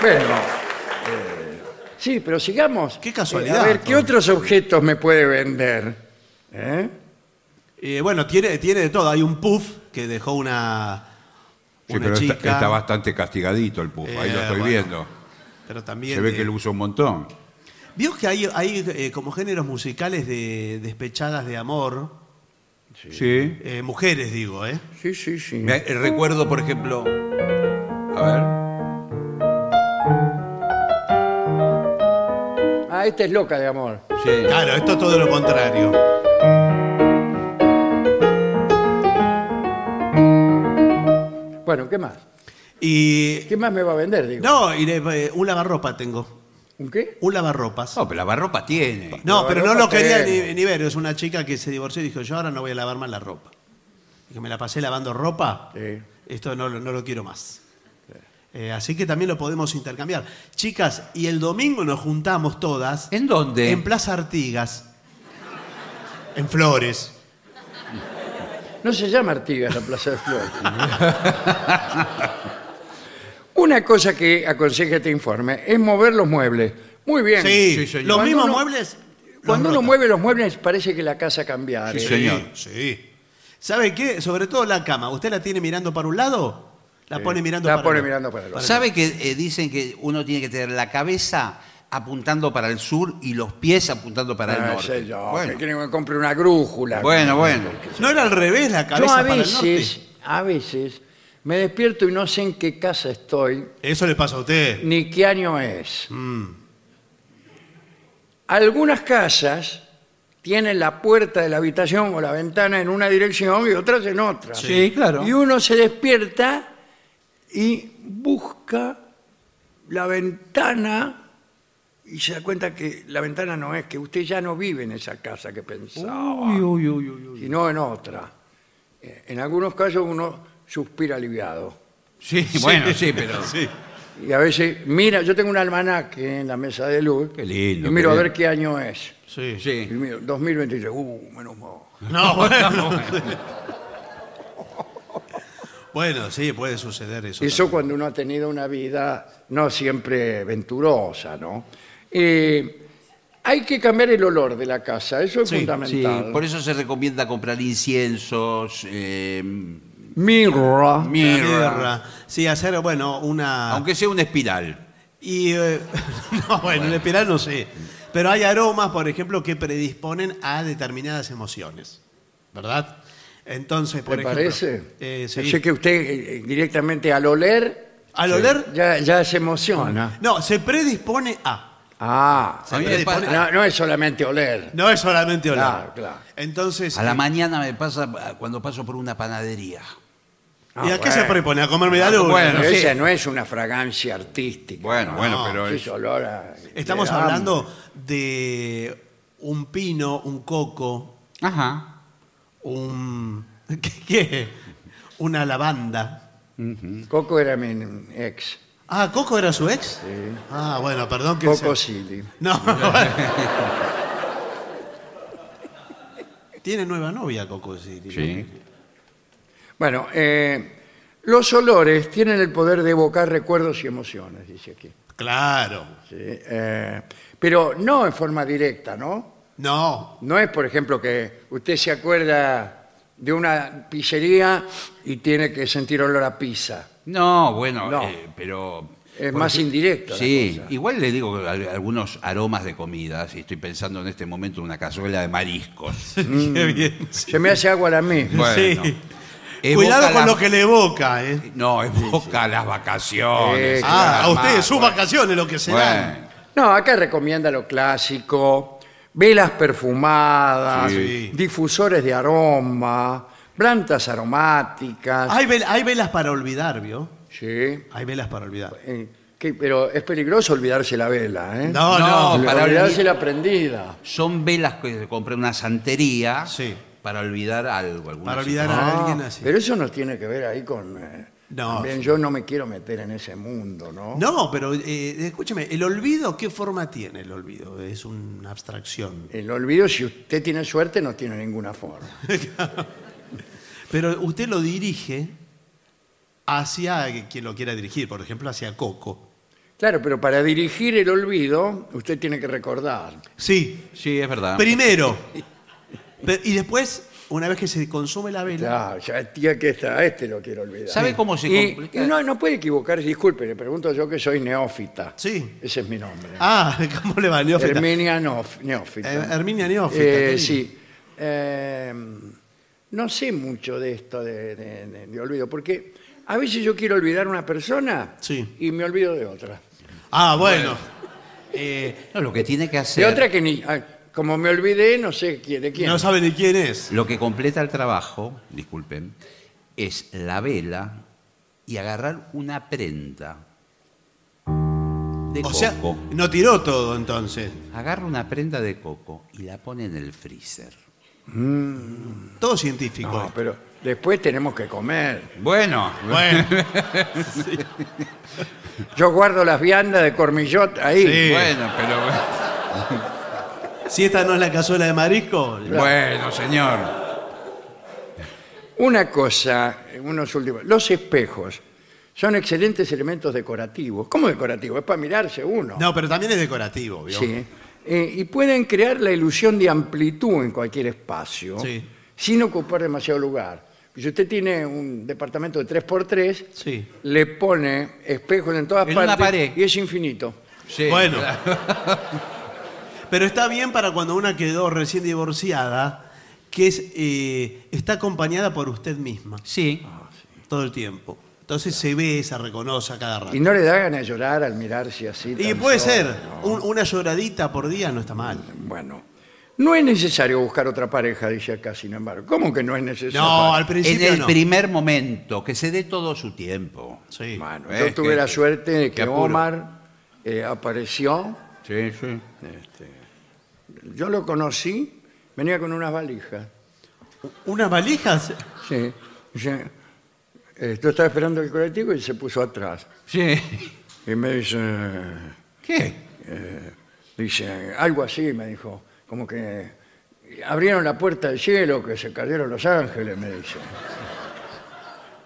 Bueno. eh, sí, pero sigamos. Qué casualidad, Eh, a ver, ¿qué Tom. otros objetos me puede vender? ¿Eh? Eh, bueno, tiene, tiene de todo. Hay un puff que dejó una, Sí, una pero chica. está, está bastante castigadito el puff, ahí lo Eh, estoy bueno. viendo. Pero también. Se ve eh, que lo usa un montón. Vio que hay, hay, eh, como géneros musicales de despechadas de amor. Sí. Eh, mujeres, digo, ¿eh? Sí, sí, sí. Me- eh, recuerdo, por ejemplo. A Ah, esta es loca de amor. ver. Sí. Claro, esto es todo lo contrario. Bueno, ¿qué más? Y. ¿Qué más me va a vender? Digo? No, y le- eh, un lavarropa tengo. ¿Un qué? Un lavarropas. No, pero la barropa tiene. No, pero no lo Lavarropa quería ni, tengo. ni ver. Es una chica que se divorció y dijo, yo ahora no voy a lavar más la ropa. Y que me la pasé lavando ropa. Sí. Esto no, lo- no lo quiero más. Eh, así que también lo podemos intercambiar. Chicas, y el domingo nos juntamos todas. ¿En dónde? En Plaza Artigas. En Flores. No se llama Artigas la Plaza de Flores. Una cosa que aconseja este informe es mover los muebles. Muy bien. Sí, Sí, señor. los Cuando mismos uno- muebles. los Cuando uno rota. Eh, mueve los muebles parece que la casa cambiara. Sí, señor. Sí. ¿Sabe qué? Sobre todo la cama. ¿Usted la tiene mirando para un lado? La Sí, pone mirando la para pone el otro. mirando para el otro. ¿Sabe que eh, dicen que uno tiene que tener la cabeza apuntando para el sur y los pies apuntando para el No norte? sé Ah, yo, que bueno, quieren que compre una grújula. bueno, bueno. ¿No era al revés la cabeza Yo a para el veces, norte? a veces, me despierto y no sé en qué casa estoy, Eso le pasa a usted. ni qué año es. Algunas casas tienen la puerta de la habitación o la ventana en una dirección y otras en otra. Sí, claro. Y uno se despierta y busca la ventana y se da cuenta que la ventana no es, que usted ya no vive en esa casa que pensaba, sino en otra. Eh, En algunos casos uno suspira aliviado. Sí, bueno, sí, pero. Sí. Y a veces, mira, yo tengo un almanaque en la mesa de luz. Qué lindo, Y miro qué a ver lindo. qué año es. Sí. Y Sí. miro, 2023, uh, menos mal. No, bueno. bueno, sí, puede suceder eso. Eso cuando uno ha tenido una vida no siempre venturosa, ¿no? Eh, hay que cambiar el olor de la casa, eso es Sí, Sí, fundamental. por eso se recomienda comprar inciensos, eh, Mirra. La mirra, mierda. Sí, hacer, bueno, una... aunque sea una espiral. Y, eh, no, bueno, en espiral no sé. Pero hay aromas, por ejemplo, que predisponen a determinadas emociones. ¿Verdad? Entonces, por ¿Te ejemplo. parece? Eh, sí. Sé que usted eh, directamente al oler Al oler, ya, ya se emociona. no, se predispone a. Ah, A mí me puede pasa- poner- no, no es solamente oler. No es solamente oler. Claro, claro. Entonces. a la eh, mañana me pasa ah, cuando paso por una panadería. Ah, ¿Y a qué bueno. se predispone? ¿A comerme la luna? Bueno, sí. Esa no es una fragancia artística. Bueno, bueno, No, pero Sí, es- ese olor a- Estamos de hambre. hablando de un pino, un coco, Ajá. un. ¿Qué? qué? Una lavanda. Coco era mi ex. Ah, ¿Coco era su ex? Ah, bueno, perdón que. Coco se- Silly. No. bueno. Tiene nueva novia, Coco, sí. Sí. Bueno, eh, los olores tienen el poder de evocar recuerdos y emociones, dice aquí. Claro. Sí, eh, pero no en forma directa, ¿no? No. No es, por ejemplo, que usted se acuerda de una pizzería y tiene que sentir olor a pizza. No, bueno, No. eh, pero. Es más indirecto. la Sí, cosa. igual le digo al- algunos aromas de comida, si estoy pensando en este momento en una cazuela de mariscos. Qué bien. Sí. Se me hace agua la misma. Mm. Bueno, Sí. evoca Cuidado con la- lo que le evoca, ¿eh? No, evoca las vacaciones. Sí, Ah, las a ustedes, manos. sus vacaciones, lo que se Bueno, dan. No, acá recomienda lo clásico, velas perfumadas, Sí. difusores de aroma, plantas aromáticas. Hay, vel- hay velas para olvidar, ¿vio? Sí. Hay velas para olvidar. Eh, que- pero es peligroso olvidarse la vela, ¿eh? No, no. No, Le- para olvidarse olvid- la prendida. son velas que compré en una santería Sí. para olvidar algo. alguna Para olvidar situación. a Ah, alguien así. Pero eso no tiene que ver ahí con... eh, No. también yo no me quiero meter en ese mundo, ¿no? No, pero eh, escúcheme, ¿el olvido qué forma tiene el olvido? Es una abstracción. El olvido, si usted tiene suerte, no tiene ninguna forma. Pero usted lo dirige hacia quien lo quiera dirigir, por ejemplo, hacia Coco. Claro, pero para dirigir el olvido, usted tiene que recordar. Sí, Sí, es Ah. verdad. primero. Pe- y después, una vez que se consume la vela. Claro, ya, tía, que está, a este lo quiero olvidar. ¿Sabe cómo se Y- complica? y no, no puede equivocarse, disculpe, le pregunto yo que soy neófita. Sí. Ese es mi nombre. Ah, ¿cómo le va, Neófita? Herminia Neof- Neófita. Eh, Herminia Neófita, Eh, qué lindo. sí. Eh, no sé mucho de esto de, de- de- de olvido, porque a veces yo quiero olvidar una persona Sí. y me olvido de otra. Ah, bueno. Eh, No, lo que tiene que De hacer, otra que ni. ay, como me olvidé, no sé quién- de quién. No sabe ni quién es. lo que completa el trabajo, disculpen, es la vela y agarrar una prenda de O coco. sea, no tiró todo entonces. Agarra una prenda de coco y la pone en el freezer. Todo científico. No, pero después tenemos que comer. Bueno, Bueno, Yo guardo las viandas de cormillot ahí. Sí. bueno, pero si esta no es la cazuela de marisco, bueno, señor. Una cosa, unos últimos. Los espejos son excelentes elementos decorativos. ¿Cómo decorativos? Es para mirarse uno. No, pero también es decorativo, ¿vio? Sí. Eh, y pueden crear la ilusión de amplitud en cualquier espacio, Sí. sin ocupar demasiado lugar. Si usted tiene un departamento de 3x3, Sí. le pone espejos en todas En una partes pared. y es infinito. Sí, Bueno. claro. Pero está bien para cuando una quedó recién divorciada, que es, eh, está acompañada por usted misma Sí. todo el tiempo. Entonces se ve, se reconoce a cada rato. Y no le da ganas de llorar al mirarse así. Y tan puede solo, ser, ¿no? un- una lloradita por día no está mal. Bueno, no es necesario buscar otra pareja, dice acá, sin embargo. ¿Cómo que no es necesario? No, al En principio el no. primer momento, que se dé todo su tiempo. Sí. Bueno, Eh, yo tuve qué- la suerte de que qué apuro. Omar eh, apareció. Sí, sí. Yo lo conocí, venía con unas valijas. ¿Unas valijas? Sí. Dice, eh, yo estaba esperando el colectivo y se puso atrás. Sí. Y me dice, ¿Qué? dice, algo así, me dijo, como que abrieron la puerta del cielo, que se cayeron los ángeles, me dice.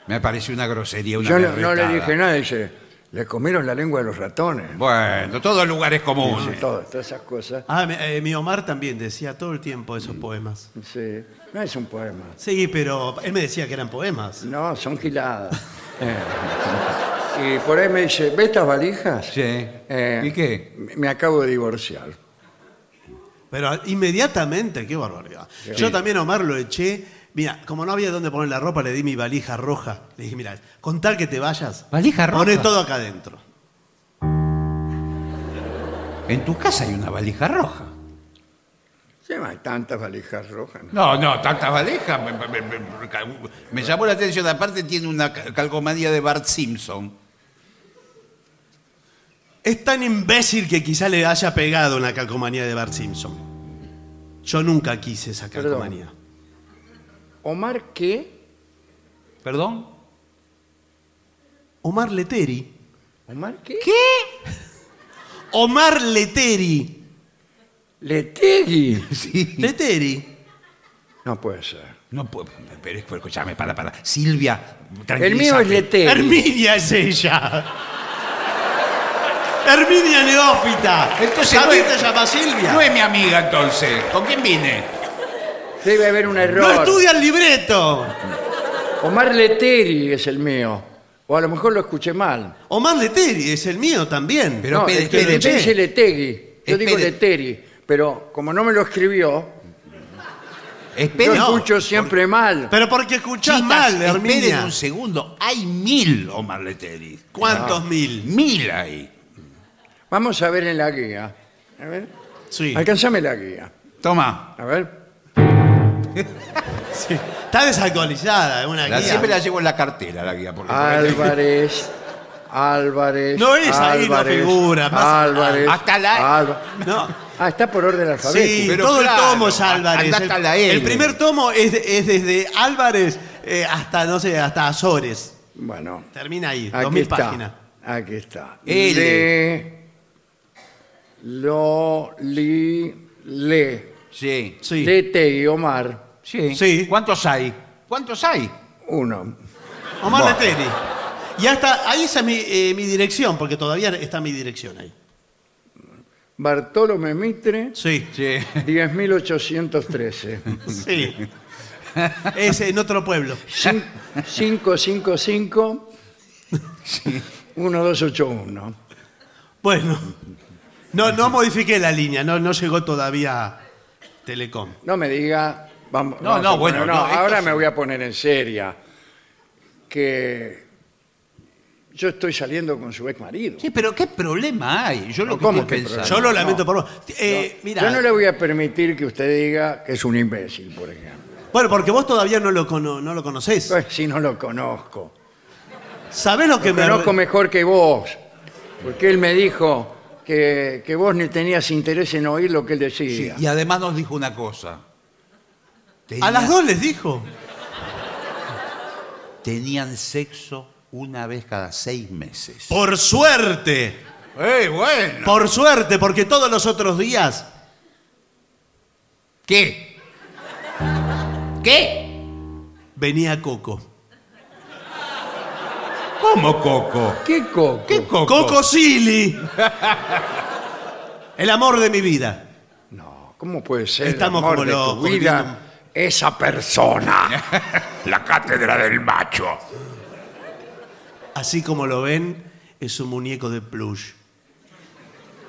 Me pareció una grosería, una Yo no, no le berretada. dije nada, dice, le comieron la lengua de los ratones. Bueno, todo lugar es común. Dice, todo, todas esas cosas. Ah, mi, eh, mi Omar también decía todo el tiempo esos poemas. Sí. No es un poema. Sí, pero él me decía que eran poemas. No, son giladas. Eh, y por ahí me dice, ¿ves estas valijas? Sí. Eh, ¿Y qué? me- Me acabo de divorciar. Pero inmediatamente, qué barbaridad. Yo también a Omar lo eché. Mira, como no había dónde poner la ropa, le di mi valija roja. Le dije, mira, con tal que te vayas, ¿Valija roja? poné todo acá adentro. En tu casa hay una valija roja. Sí, no hay tantas valijas rojas. ¿no? No, no, Tanta valija. Me, me- me- me- me llamó la atención. Aparte tiene una ca- calcomanía de Bart Simpson. Es tan imbécil que quizá le haya pegado una calcomanía de Bart Simpson. Yo nunca quise esa Perdón. calcomanía. Omar, ¿qué? ¿Perdón? Omar Leteri. ¿Omar qué? Omar Leteri. ¿Letegui? Sí. Leteri. No puede ser. No puedo. Pero es- escúchame, para, para. Silvia, El mío es tranquilízate. Letegui. Herminia es ella. Herminia Neófita. Entonces no También es- te llama Silvia. No es mi amiga entonces. ¿Con quién vine? Debe haber un No error. estudia el libreto. Omar Leteri es el mío. O a lo mejor lo escuché mal. Omar Leteri es el mío también. este Pero no, espere, es que espere, usted dice espere. Letegui. Yo digo Espere. Leteri. Pero como no me lo escribió, yo Esperen, No, escucho siempre mal. Pero porque escuchás chicas, mal, esperen Herminia. un segundo. Hay mil Omar Leteri. ¿Cuántos Ah. mil? Mil hay. Vamos a ver en la guía. A ver. Sí. Alcanzame la guía. Toma. A ver. sí. Está desactualizada es una La- guía. siempre la llevo en la cartera, la guía. Porque Ah, Álvarez. Álvarez. No es, ahí no Álvarez, figura, más- Álvarez. hasta la- Alba- No. Ah, está por orden alfabético. Sí, pero todo claro, el tomo es Álvarez. anda El, hasta la L. el primer tomo es, de- es desde Álvarez eh, hasta, no sé, hasta Azores. Bueno, Termina ahí, aquí 2000 está. páginas. Aquí está. L. Le, lo, li, le. Sí. Sí. Lete y Omar. Sí. Sí. ¿Cuántos hay? ¿Cuántos hay? Uno. Omar Leteri. Y hasta ahí esa es mi, eh, mi dirección, porque todavía está mi dirección ahí. Bartolomé Mitre, Sí. Sí. 10.813. Sí. es en otro pueblo. 555 1281. Bueno, no, no modifiqué la línea, no, no llegó todavía a Telecom. No me diga. Vamos, No, vamos no, a poner- bueno, no, esto ahora sí. me voy a poner en seria. Que yo estoy saliendo con su ex marido. Sí, pero ¿qué problema hay? Yo lo No, que ¿cómo estoy qué pensando. Yo problema? lo lamento por vos. Eh, mira, Yo no le voy a permitir que usted diga que es un imbécil, por ejemplo. bueno, porque vos todavía no lo, cono- no lo conocés. Pues, si no lo conozco. ¿Sabés lo que Lo me... conozco mejor que vos. Porque él me dijo que, que vos ni tenías interés en oír lo que él Sí, decía. Y además nos dijo una cosa. Tenía- A las dos les dijo. Tenían sexo una vez cada seis meses. Por suerte, ¡Eh, bueno! por suerte, porque todos los otros días... ¿Qué? ¿Qué? Venía Coco. ¿Cómo, Coco? ¿Qué coco? ¿Qué Coco? Coco Silly. El amor de mi vida. No, ¿cómo puede ser? Estamos el amor como de tu locos, vida viviendo esa persona. La cátedra del macho. Así como lo ven, es un muñeco de plush.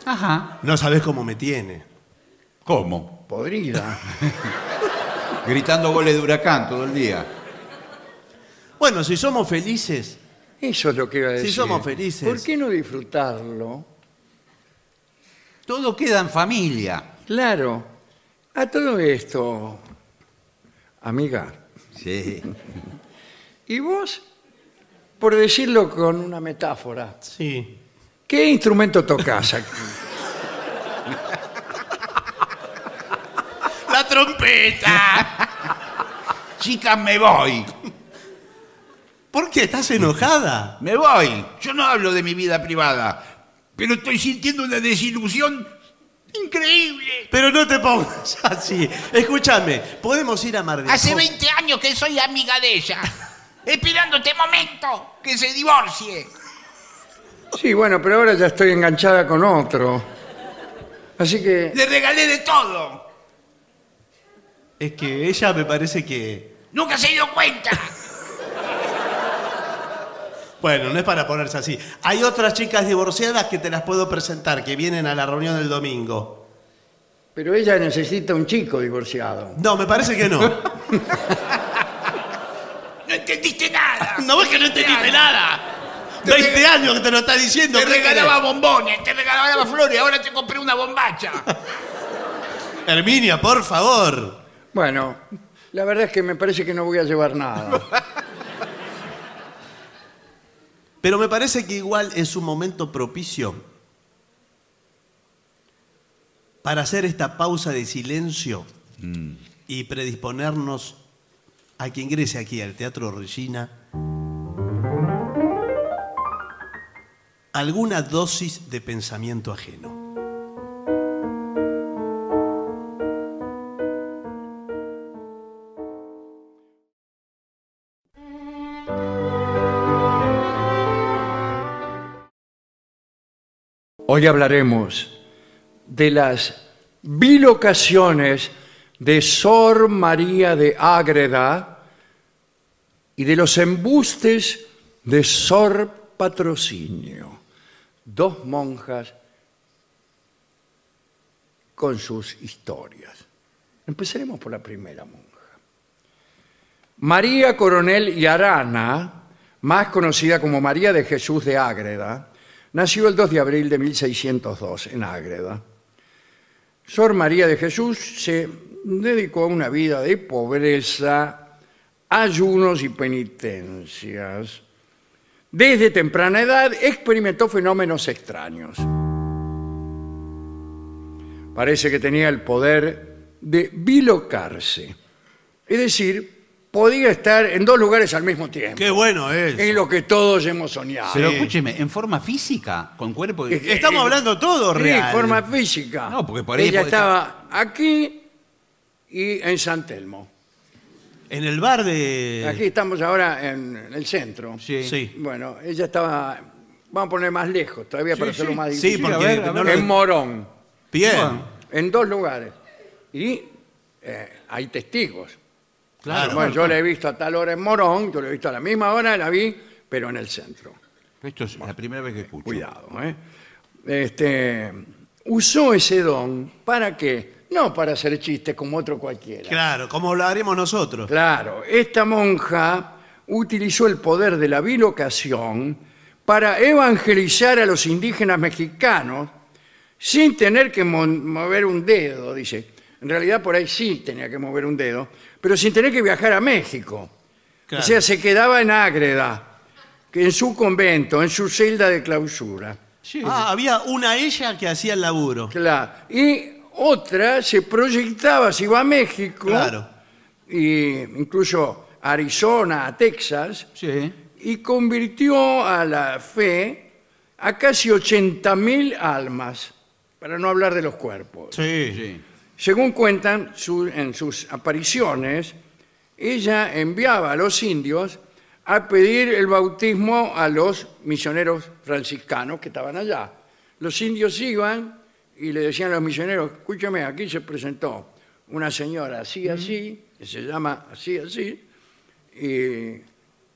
Ajá. No sabes cómo me tiene. ¿Cómo? Podrida. Gritando goles de huracán todo el día. Bueno, si somos felices, Eso es lo que iba a Si decir. somos felices. ¿Por qué no disfrutarlo? Todo queda en familia. Claro. A todo esto, amiga, Sí. ¿y vos? Por decirlo con una metáfora, sí. ¿qué instrumento tocás aquí? ¡La trompeta! Chica, me voy. ¿Por qué estás enojada? Me voy. Yo no hablo de mi vida privada, pero estoy sintiendo una desilusión increíble. Pero no te pongas así. Escúchame, podemos ir a Mar del Hace Po- 20 años que soy amiga de ella. Esperando este momento que se divorcie. Sí, bueno, pero ahora ya estoy enganchada con otro. Así que Le regalé de todo. Es que ella me parece que. Nunca se dio cuenta. Bueno, no es para ponerse así. Hay otras chicas divorciadas que te las puedo presentar, que vienen a la reunión del domingo. Pero ella necesita un chico divorciado. No, me parece que no. No entendiste nada. no ves que no entendiste nada. 20 años que te lo está diciendo. Te ¿qué querés? regalaba bombones, te regalaba flores, ahora te compré una bombacha. Herminia, por favor. Bueno, la verdad es que me parece que no voy a llevar nada. Pero me parece que igual es un momento propicio para hacer esta pausa de silencio y predisponernos a que ingrese aquí al Teatro Regina alguna dosis de pensamiento ajeno. Hoy hablaremos de las bilocaciones de Sor María de Ágreda y de los embustes de Sor Patrocinio, dos monjas con sus historias. Empezaremos por la primera monja. María Coronel y Arana, más conocida como María de Jesús de Ágreda, nació el 2 de abril de 1602 en Ágreda. Sor María de Jesús se dedicó a una vida de pobreza, ayunos y penitencias. Desde temprana edad experimentó fenómenos extraños. Parece que tenía el poder de bilocarse. Es decir, podía estar en dos lugares al mismo tiempo. Qué bueno es. Es lo que todos hemos soñado. Pero escúcheme, en forma física, con cuerpo. Es que- Estamos hablando todo Sí, real. forma física. No, porque por ahí Ella puede estaba aquí y en San Telmo. En el bar de Aquí estamos ahora en el centro. Sí. Sí. Bueno, ella estaba, vamos a poner más lejos, todavía para hacerlo más Sí, difícil. porque a ver, a no ver. lo- En Morón, Bien. Bueno. en dos lugares. Y eh, hay testigos. Claro. Bueno, yo la he visto a tal hora en Morón, yo la he visto a la misma hora, la vi, pero en el centro. Esto es la primera vez que escucho. Cuidado, ¿eh? Este, usó ese don para qué? No para hacer chistes como otro cualquiera. Claro, como lo haremos nosotros. Claro, esta monja utilizó el poder de la bilocación para evangelizar a los indígenas mexicanos sin tener que mon- mover un dedo, dice. En realidad por ahí sí tenía que mover un dedo, pero sin tener que viajar a México. Claro. O sea, se quedaba en Ágreda, que en su convento, en su celda de clausura. Ah, había una ella que hacía el laburo. Claro. Y otra se proyectaba, se iba a México, Claro. y incluso a Arizona, a Texas, Sí. y convirtió a la fe a casi 80.000 almas, para no hablar de los cuerpos. Sí. Sí. Según cuentan su- en sus apariciones, ella enviaba a los indios a pedir el bautismo a los misioneros franciscanos que estaban allá. Los indios iban y le decían a los misioneros, escúchame, aquí se presentó una señora así, así, que se llama así, así, y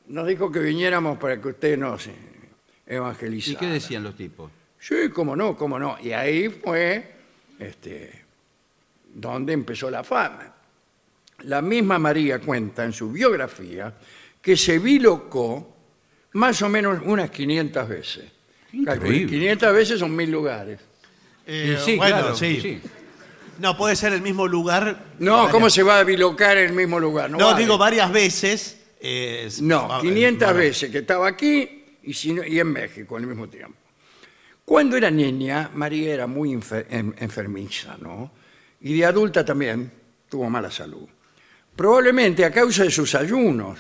nos dijo que viniéramos para que usted nos eh, ¿Y evangelizara. qué decían los tipos? Sí, cómo no, cómo no. Y ahí fue este, donde empezó la fama. La misma María cuenta en su biografía que se bilocó más o menos unas 500 veces. Increíble. 500 veces son mil lugares. Eh, Y sí, bueno, claro, sí. sí. No, puede ser el mismo lugar. No, Varias- ¿cómo se va a bilocar en el mismo lugar? No, No, vale. digo varias veces. eh, es- No, ah, 500 bueno. veces que estaba aquí y, si no- y en México al mismo tiempo. Cuando era niña, María era muy enfer- en- enfermiza, ¿no? Y de adulta también tuvo mala salud. Probablemente a causa de sus ayunos.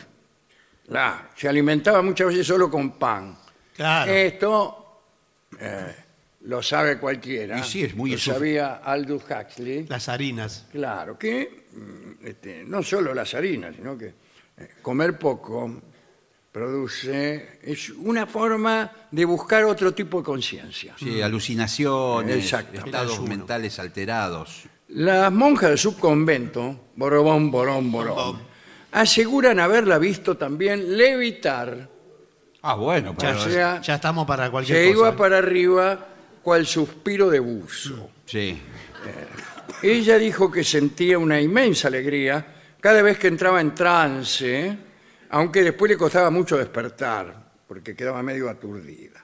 Claro, se alimentaba muchas veces solo con pan. Claro. Esto eh, lo sabe cualquiera. Y sí, es muy Lo insuf- sabía Aldous Huxley. Las harinas. Claro, que mm, este, no solo las harinas, sino que eh, comer poco produce, es una forma de buscar otro tipo de conciencia. Sí, alucinaciones, Exacto. estados Ayuno. mentales alterados. Las monjas de su convento, borobón, borón, borón, aseguran haberla visto también levitar, Ah, bueno, Ya, pero... O sea, ya estamos para cualquier que iba cosa. para arriba cual suspiro de buzo. Sí. Ella dijo que sentía una inmensa alegría cada vez que entraba en trance, aunque después le costaba mucho despertar, porque quedaba medio aturdida.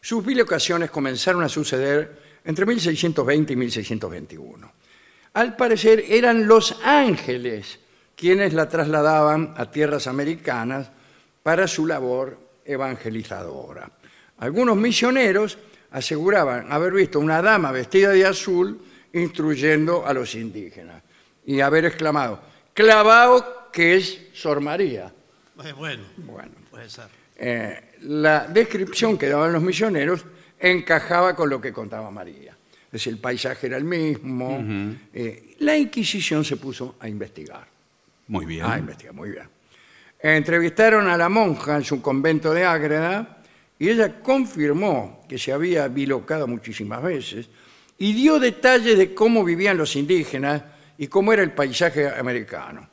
Sus mil ocasiones comenzaron a suceder entre 1620 y 1621. Al parecer eran los ángeles quienes la trasladaban a tierras americanas para su labor evangelizadora. Algunos misioneros aseguraban haber visto una dama vestida de azul instruyendo a los indígenas y haber exclamado, clavao que es Sor María. Eh, Bueno, Bueno, puede ser. eh, la descripción que daban los misioneros encajaba con lo que contaba María. Es decir, el paisaje era el mismo. Eh, la Inquisición se puso a investigar. Muy bien. Ah, investiga, muy bien. Entrevistaron a la monja en su convento de Ágreda y ella confirmó que se había bilocado muchísimas veces y dio detalles de cómo vivían los indígenas y cómo era el paisaje americano.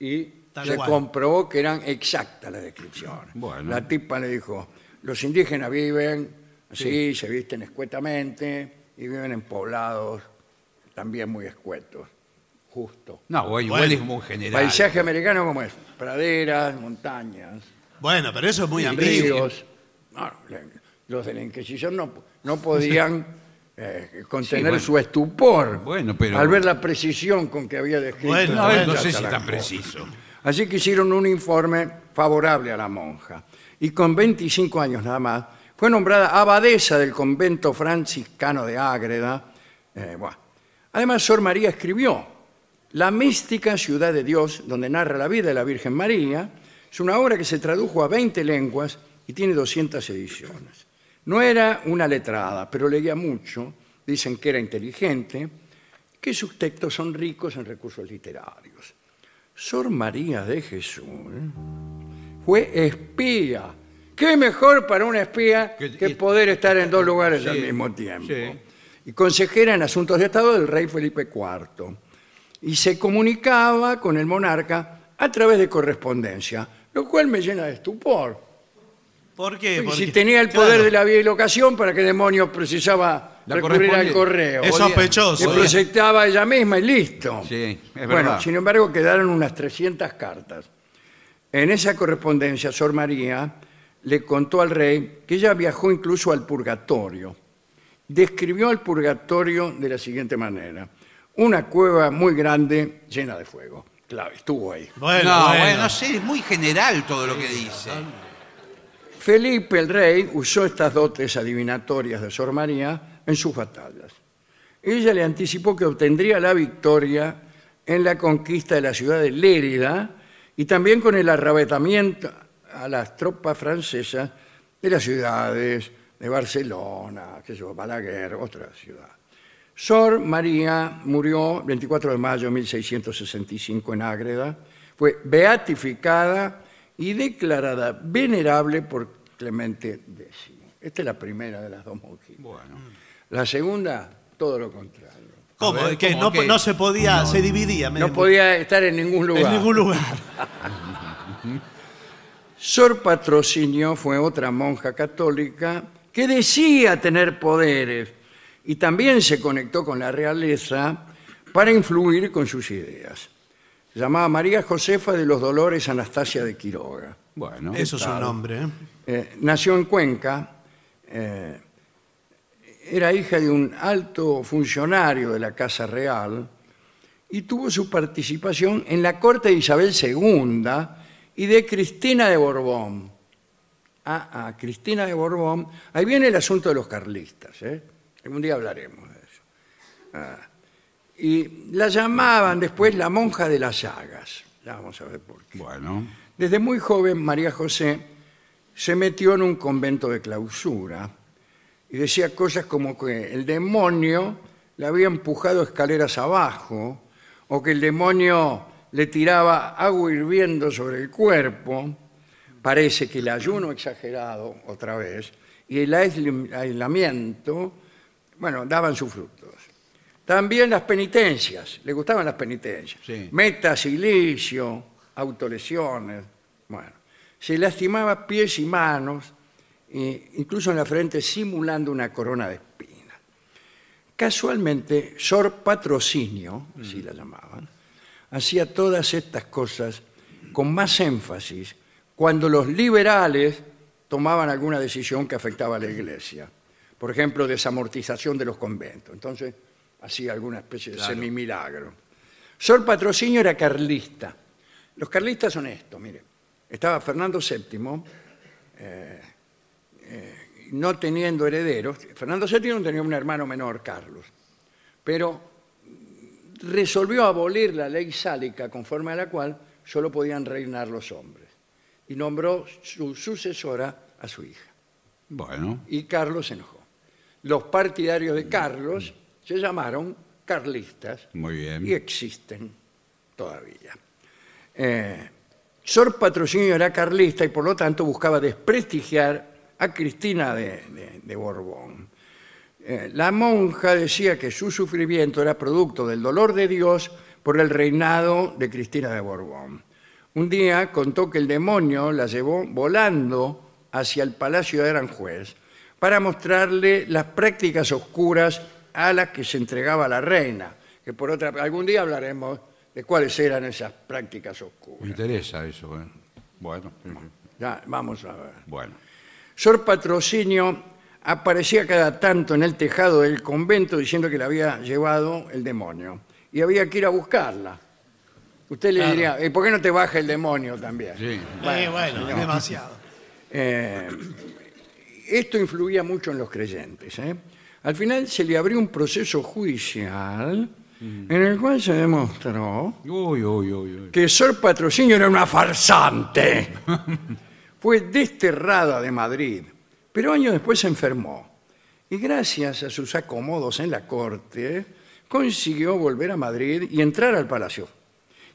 Y Tal se cual. comprobó que eran exactas las descripciones. Bueno. La tipa le dijo, los indígenas viven así, se visten escuetamente y viven en poblados también muy escuetos, justo. No, bueno, igual Bueno. es muy general. Paisaje americano como es, praderas, montañas, Bueno, pero eso es muy ambiguo. ríos. No, le- los de la Inquisición no, no podían eh, contener Sí, bueno. su estupor Bueno, pero- al ver la precisión con que había descrito. Bueno, la No, bueno, no sé Yata si la tan cosa. preciso. Así que hicieron un informe favorable a la monja. Y con 25 años nada más, fue nombrada abadesa del convento franciscano de Ágreda. Eh, buah. Además, Sor María escribió La mística ciudad de Dios, donde narra la vida de la Virgen María. Es una obra que se tradujo a 20 lenguas y tiene 200 ediciones. No era una letrada, pero leía mucho. Dicen que era inteligente, que sus textos son ricos en recursos literarios. Sor María de Jesús fue espía. ¿Qué mejor para una espía Que- que y- poder estar en dos lugares Sí, al mismo tiempo? sí. Y consejera en asuntos de Estado del rey Felipe IV. Y se comunicaba con el monarca a través de correspondencia, lo cual me llena de estupor. ¿Por qué? Y Porque- si tenía el claro, poder de la bilocación, ¿para qué demonios precisaba La recurrir al corresponde- correo? Es Podía- sospechoso. ¿eh? Se proyectaba ella misma y listo. Sí, es Bueno, verdad. sin embargo, quedaron unas 300 cartas. En esa correspondencia, Sor María le contó al rey que ella viajó incluso al purgatorio. Describió el purgatorio de la siguiente manera: una cueva muy grande llena de fuego. Claro, estuvo ahí. Bueno, no, bueno. bueno, no sé, es muy general todo lo que dice. Felipe el rey usó estas dotes adivinatorias de Sor María en sus batallas. Ella le anticipó que obtendría la victoria en la conquista de la ciudad de Lérida y también con el arrebatamiento a las tropas francesas de las ciudades de Barcelona, que yo, Balaguer, otra ciudad. Sor María murió 24 de mayo de 1665 en Ágreda, fue beatificada y declarada venerable por Clemente X. Esta es la primera de las dos monjitas. Bueno, La segunda, todo lo contrario. ¿Cómo? ver, que ¿cómo no, qué? no se podía, se dividía. No podía estar en ningún lugar. En ningún lugar. Sor Patrocinio fue otra monja católica que decía tener poderes y también se conectó con la realeza para influir con sus ideas. Se llamaba María Josefa de los Dolores Anastasia de Quiroga. Bueno, Eso es un nombre. ¿eh? Eh, nació en Cuenca, eh, era hija de un alto funcionario de la Casa Real y tuvo su participación en la corte de Isabel II y de Cristina de Borbón. Ah, ah, Cristina de Borbón. Ahí viene el asunto de los carlistas. ¿eh? Algún día hablaremos de eso. Ah, y la llamaban después la monja de las llagas. Ya vamos a ver por qué. bueno. Desde muy joven, María José se metió en un convento de clausura y decía cosas como que el demonio la había empujado escaleras abajo o que el demonio le tiraba agua hirviendo sobre el cuerpo. Parece que el ayuno exagerado, otra vez, y el aislim- aislamiento, bueno, daban sus frutos. También las penitencias, le gustaban las penitencias. Sí. Metas, silicio, autolesiones. Bueno, se lastimaba pies y manos, e incluso en la frente, simulando una corona de espinas. Casualmente, Sor Patrocinio, así la llamaban, hacía todas estas cosas con más énfasis cuando los liberales tomaban alguna decisión que afectaba a la iglesia. Por ejemplo, desamortización de los conventos. Entonces, hacía alguna especie de semimilagro. Sor Patrocinio era carlista. Los carlistas son estos, mire. Estaba Fernando VII, eh, no teniendo herederos, Fernando VII tenía un hermano menor, Carlos, pero resolvió abolir la ley sálica conforme a la cual solo podían reinar los hombres y nombró su sucesora a su hija. Bueno, Y Carlos se enojó. Los partidarios de Carlos se llamaron carlistas muy bien. y existen todavía. Eh, Sor Patrocinio era carlista y por lo tanto buscaba desprestigiar a Cristina de, de- de Borbón. Eh, la monja decía que su sufrimiento era producto del dolor de Dios por el reinado de Cristina de Borbón. Un día contó que el demonio la llevó volando hacia el palacio de Aranjuez para mostrarle las prácticas oscuras a las que se entregaba la reina, que por otra algún día hablaremos de cuáles eran esas prácticas Me oscuras. interesa eso. ¿eh? Bueno, sí, sí. Ya, vamos a ver. bueno. Sor Patrocinio aparecía cada tanto en el tejado del convento diciendo que la había llevado el demonio y había que ir a buscarla. Usted le diría, ¿y por qué no te baja el demonio también? Sí. Eh, bueno demasiado. Eh, esto influía mucho en los creyentes. ¿eh? Al final se le abrió un proceso judicial en el cual se demostró Uy, uy, uy, uy. que Sor Patrocinio era una farsante. Fue desterrada de Madrid, pero años después se enfermó. Y gracias a sus acomodos en la corte, consiguió volver a Madrid y entrar al palacio.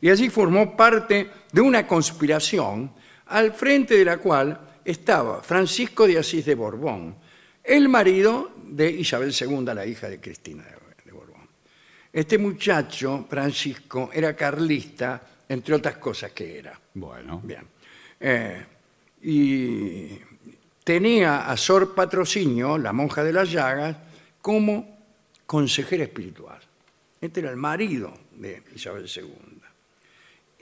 Y allí formó parte de una conspiración al frente de la cual estaba Francisco de Asís de Borbón, el marido de Isabel II, la hija de Cristina de- de Borbón. Este muchacho, Francisco, era carlista, entre otras cosas que era. Bueno, Bien. Eh, y tenía a Sor Patrocinio, la monja de las llagas, como consejera espiritual. Este era el marido de Isabel II.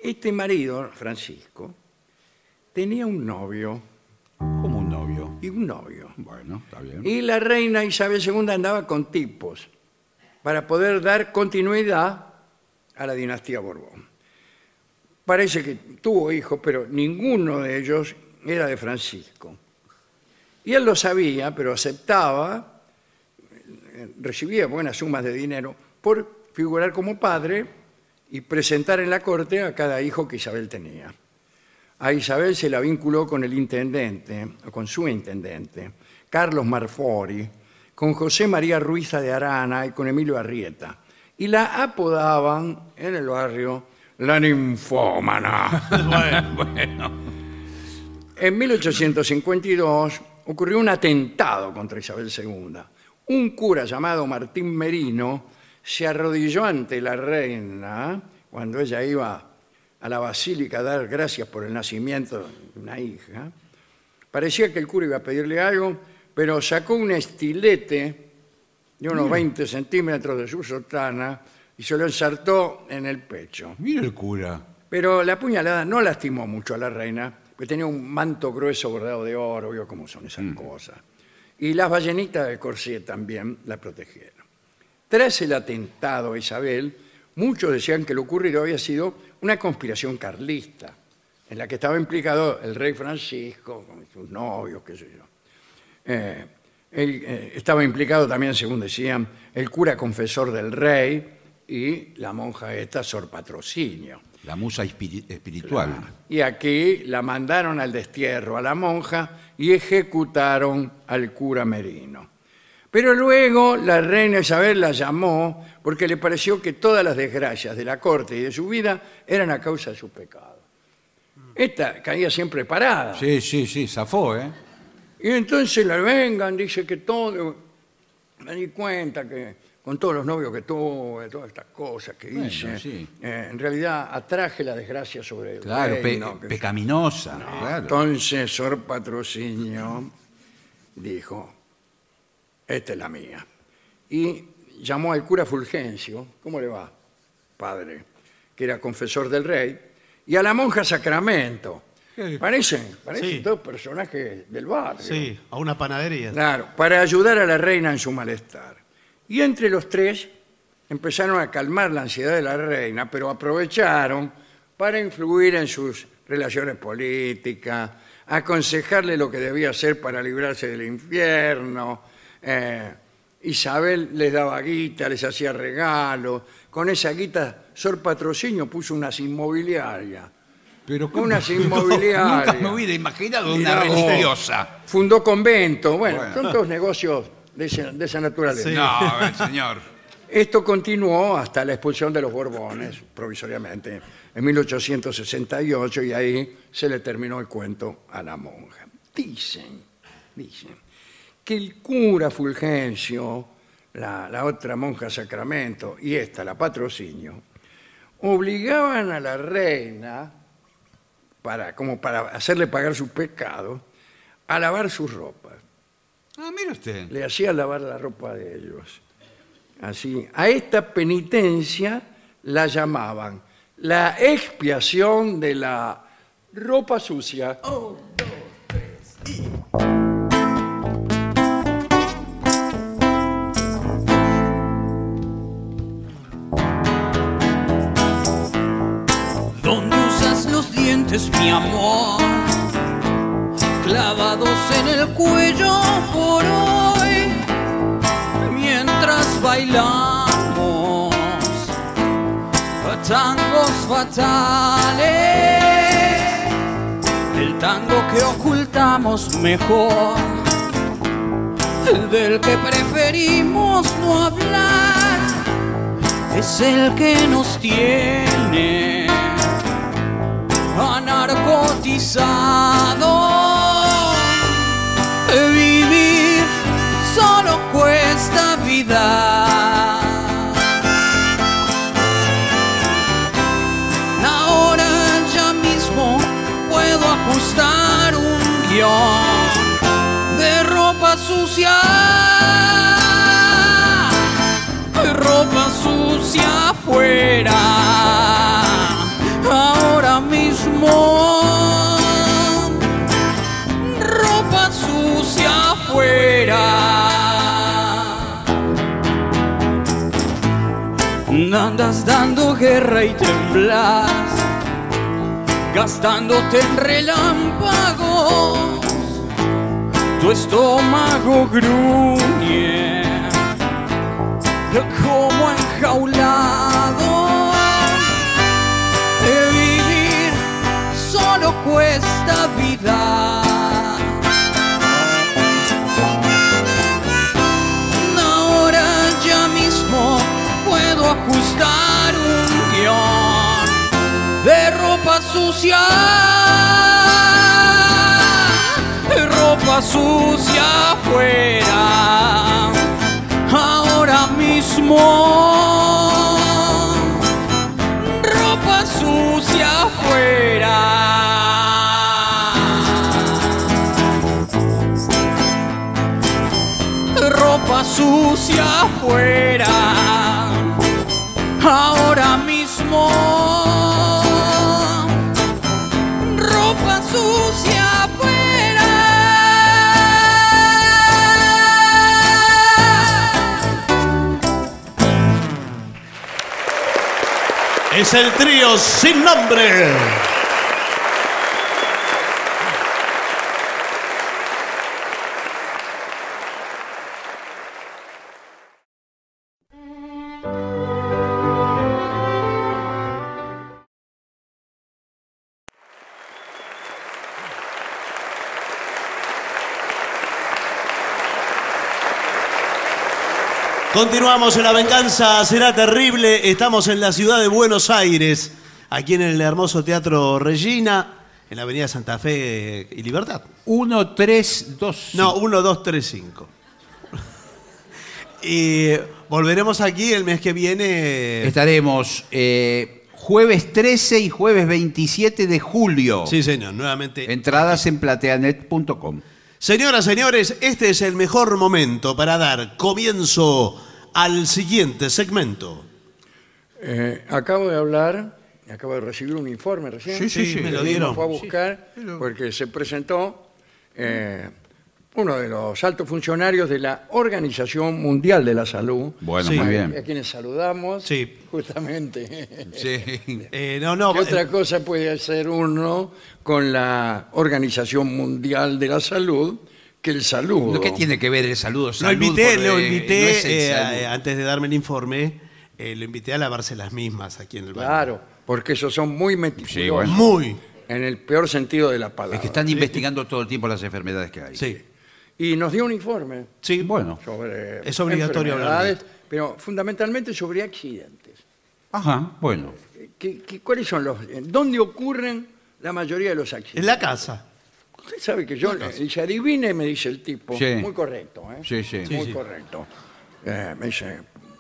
Este marido, Francisco, tenía un novio como un novio. y un novio. Bueno, está bien. Y la reina Isabel II andaba con tipos para poder dar continuidad a la dinastía Borbón. Parece que tuvo hijos, pero ninguno de ellos era de Francisco. Y él lo sabía, pero aceptaba, eh, recibía buenas sumas de dinero por figurar como padre y presentar en la corte a cada hijo que Isabel tenía. A Isabel se la vinculó con el intendente, o con su intendente, Carlos Marfori, con José María Ruiza de Arana y con Emilio Arrieta. Y la apodaban en el barrio la ninfómana. en 1852 ocurrió un atentado contra Isabel II. Un cura llamado Martín Merino se arrodilló ante la reina cuando ella iba a la basílica a dar gracias por el nacimiento de una hija. Parecía que el cura iba a pedirle algo, pero sacó un estilete de unos 20 centímetros de su sotana y se lo ensartó en el pecho. Mire el cura. Pero la puñalada no lastimó mucho a la reina, que tenía un manto grueso bordado de oro, vio cómo son esas cosas. Y las ballenitas del corsé también la protegieron. Tras el atentado a Isabel, muchos decían que lo ocurrido había sido una conspiración carlista, en la que estaba implicado el rey Francisco, con sus novios, qué sé yo. Eh, él, eh, estaba implicado también, según decían, el cura confesor del rey y la monja esta, Sor Patrocinio. La musa espiri- espiritual. Y aquí la mandaron al destierro a la monja y ejecutaron al cura Merino. Pero luego la reina Isabel la llamó porque le pareció que todas las desgracias de la corte y de su vida eran a causa de sus pecados. Esta caía siempre parada. Sí, sí, sí, zafó, ¿eh? Y entonces la vengan, dice que todo. Me di cuenta que con todos los novios que tuve, todas estas cosas que Bueno, hice, sí. eh, en realidad atraje la desgracia sobre el Claro, pe- reino, que- pecaminosa. claro. Entonces Sor Patrocinio dijo, esta es la mía. Y llamó al cura Fulgencio, ¿cómo le va, padre? Que era confesor del rey, y a la monja Sacramento. Parecen, parecen Sí. dos personajes del barrio. Sí, a una panadería. Claro, para ayudar a la reina en su malestar. Y entre los tres empezaron a calmar la ansiedad de la reina, pero aprovecharon para influir en sus relaciones políticas, aconsejarle lo que debía hacer para librarse del infierno. eh, Isabel les daba guita, les hacía regalos. Con esa guita, Sor Patrocinio puso unas inmobiliarias. Pero ¿cómo? Unas inmobiliarias Nunca me hubiera imaginado Mirá una vos. religiosa. fundó convento. Bueno, son todos negocios de, ese- de esa naturaleza. Sí. No, a ver, señor. Esto continuó hasta la expulsión de los Borbones, provisoriamente, en 1868, y ahí se le terminó el cuento a la monja. Dicen, dicen, que el cura Fulgencio, la, la otra monja Sacramento y esta, la Patrocinio, obligaban a la reina, para, como para hacerle pagar su pecado, a lavar sus ropas Ah, mire usted. le hacía lavar la ropa de ellos. Así, a esta penitencia la llamaban la expiación de la ropa sucia. ¿Dónde usas los dientes, mi amor? Clavados en el cuello por hoy, mientras bailamos tangos fatales. El tango que ocultamos mejor, el del que preferimos no hablar es el que nos tiene anarcotizado. Vivir solo cuesta vida. Ahora ya mismo puedo ajustar un guión de ropa sucia ropa sucia afuera. Ahora mismo, ropa sucia afuera. Andas dando guerra y temblas, gastándote en relámpagos. Tu estómago gruñe como enjaulado. De vivir solo cuesta vida. Ahora ya mismo puedo ajustar un guión de ropa sucia. Ropa sucia afuera ahora mismo. amor. Ropa sucia afuera. Ropa sucia afuera. Ahora mismo. Ropa sucia afuera. Es el trío sin nombre. Continuamos en la venganza, será terrible. Estamos en la ciudad de Buenos Aires, aquí en el hermoso Teatro Regina, en la Avenida Santa Fe y Libertad. 1, 3, 2. No, 1, 2, 3, 5. Y volveremos aquí el mes que viene. Estaremos eh, jueves 13 y jueves 27 de julio. Sí, señor, nuevamente. Entradas en plateanet.com. Señoras, señores, este es el mejor momento para dar comienzo al siguiente segmento. Eh, acabo de hablar, acabo de recibir un informe recién. Sí, sí, sí, me que lo alguien dieron. Fue a buscar porque se presentó eh, uno de los altos funcionarios de la Organización Mundial de la Salud. Bueno, Sí. muy A bien. quienes saludamos, Sí. justamente. Eh, no, no, ¿Qué otra eh, cosa puede hacer uno con la Organización Mundial de la Salud que el saludo? ¿Qué tiene que ver el saludo? lo Salud invité, por, lo eh, invité no es el eh, salud. eh, antes de darme el informe, eh, lo invité a lavarse las mismas aquí en el baño. Claro, porque esos son muy meticulosos Sí, bueno. Muy. en el peor sentido de la palabra. Es que están investigando todo el tiempo las enfermedades que hay. Sí. Y nos dio un informe Sí, bueno. sobre Es obligatorio hablar de enfermedades, pero fundamentalmente sobre accidentes. Ajá, Ah, bueno. ¿Qué- qué- cuáles son los, eh, ¿Dónde ocurren la mayoría de los En accidentes? la casa. Usted sabe que yo eh, dice, adivine, me dice el tipo. Sí. Muy correcto, ¿eh? Sí, sí. Muy sí. correcto. Eh, me dice,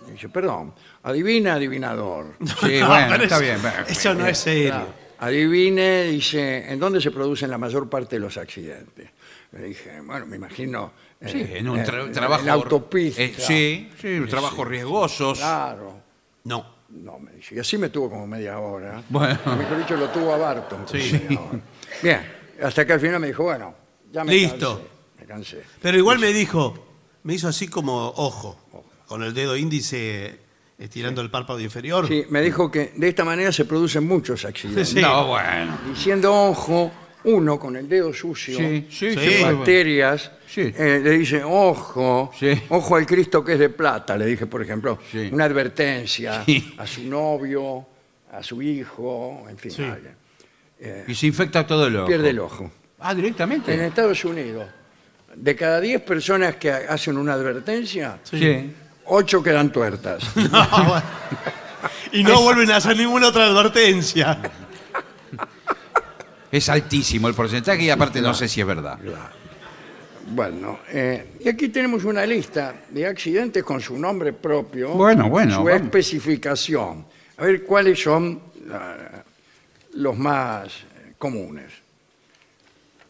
me dice, perdón, adivina, adivinador. Sí, No, bueno, pero está es- bien. bueno. Eso no es serio. Adivine, dice, ¿en dónde se producen la mayor parte de los accidentes? Le dije, bueno, me imagino. eh, Sí, en un tra- eh, trabajo. En la autopista. Ah, Eh, sí, sí, un trabajo riesgosos. Claro. No. No, me dice. Y así me tuvo como media hora. Bueno. Mejor dicho, lo tuvo a Barton. como media hora. Bien, hasta que al final me dijo, bueno, ya me Listo. cansé. Me cansé. Pero igual me dijo, me hizo así como ojo, con el dedo índice estirando el párpado inferior. Sí, me dijo que de esta manera se producen muchos accidentes. Sí. No, bueno. Diciendo, ojo, uno con el dedo sucio. Sí, sí, sí. Sí. de bacterias, Sí. eh, le dice, ojo, Sí. ojo al Cristo que es de plata, le dije, por ejemplo, Sí. una advertencia Sí. a su novio, a su hijo, en fin, a alguien. Y se infecta todo el ojo. pierde el ojo. Ah, directamente. En Estados Unidos, de cada 10 personas que ha- hacen una advertencia, Sí. 8 quedan tuertas. No, bueno. y no vuelven a hacer ninguna otra advertencia. Es altísimo el porcentaje y aparte no sé si es verdad. bueno, eh, y aquí tenemos una lista de accidentes con su nombre propio, Bueno, bueno, su vamos. especificación. A ver cuáles son ah, los más eh, comunes.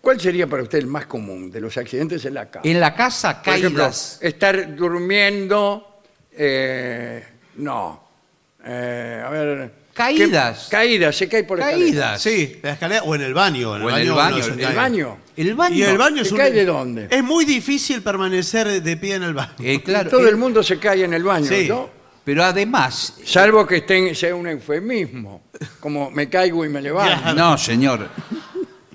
¿Cuál sería para usted el más común de los accidentes en la casa? En la casa Por ejemplo, caídas. estar durmiendo. eh, no. Eh, a ver. Caídas. ¿qué- Caídas, se cae por la escalera. Caídas. Sí, la escalera o en el baño. En O en el baño, uno se el ¿El cae. baño? El baño. Y el baño ¿Se es un- cae de dónde? Es muy difícil permanecer de pie en el baño. Eh, claro. Todo eh, el mundo se cae en el baño, Sí. ¿no? Pero además. Salvo que estén, sea un eufemismo, como me caigo y me levanto. No, señor.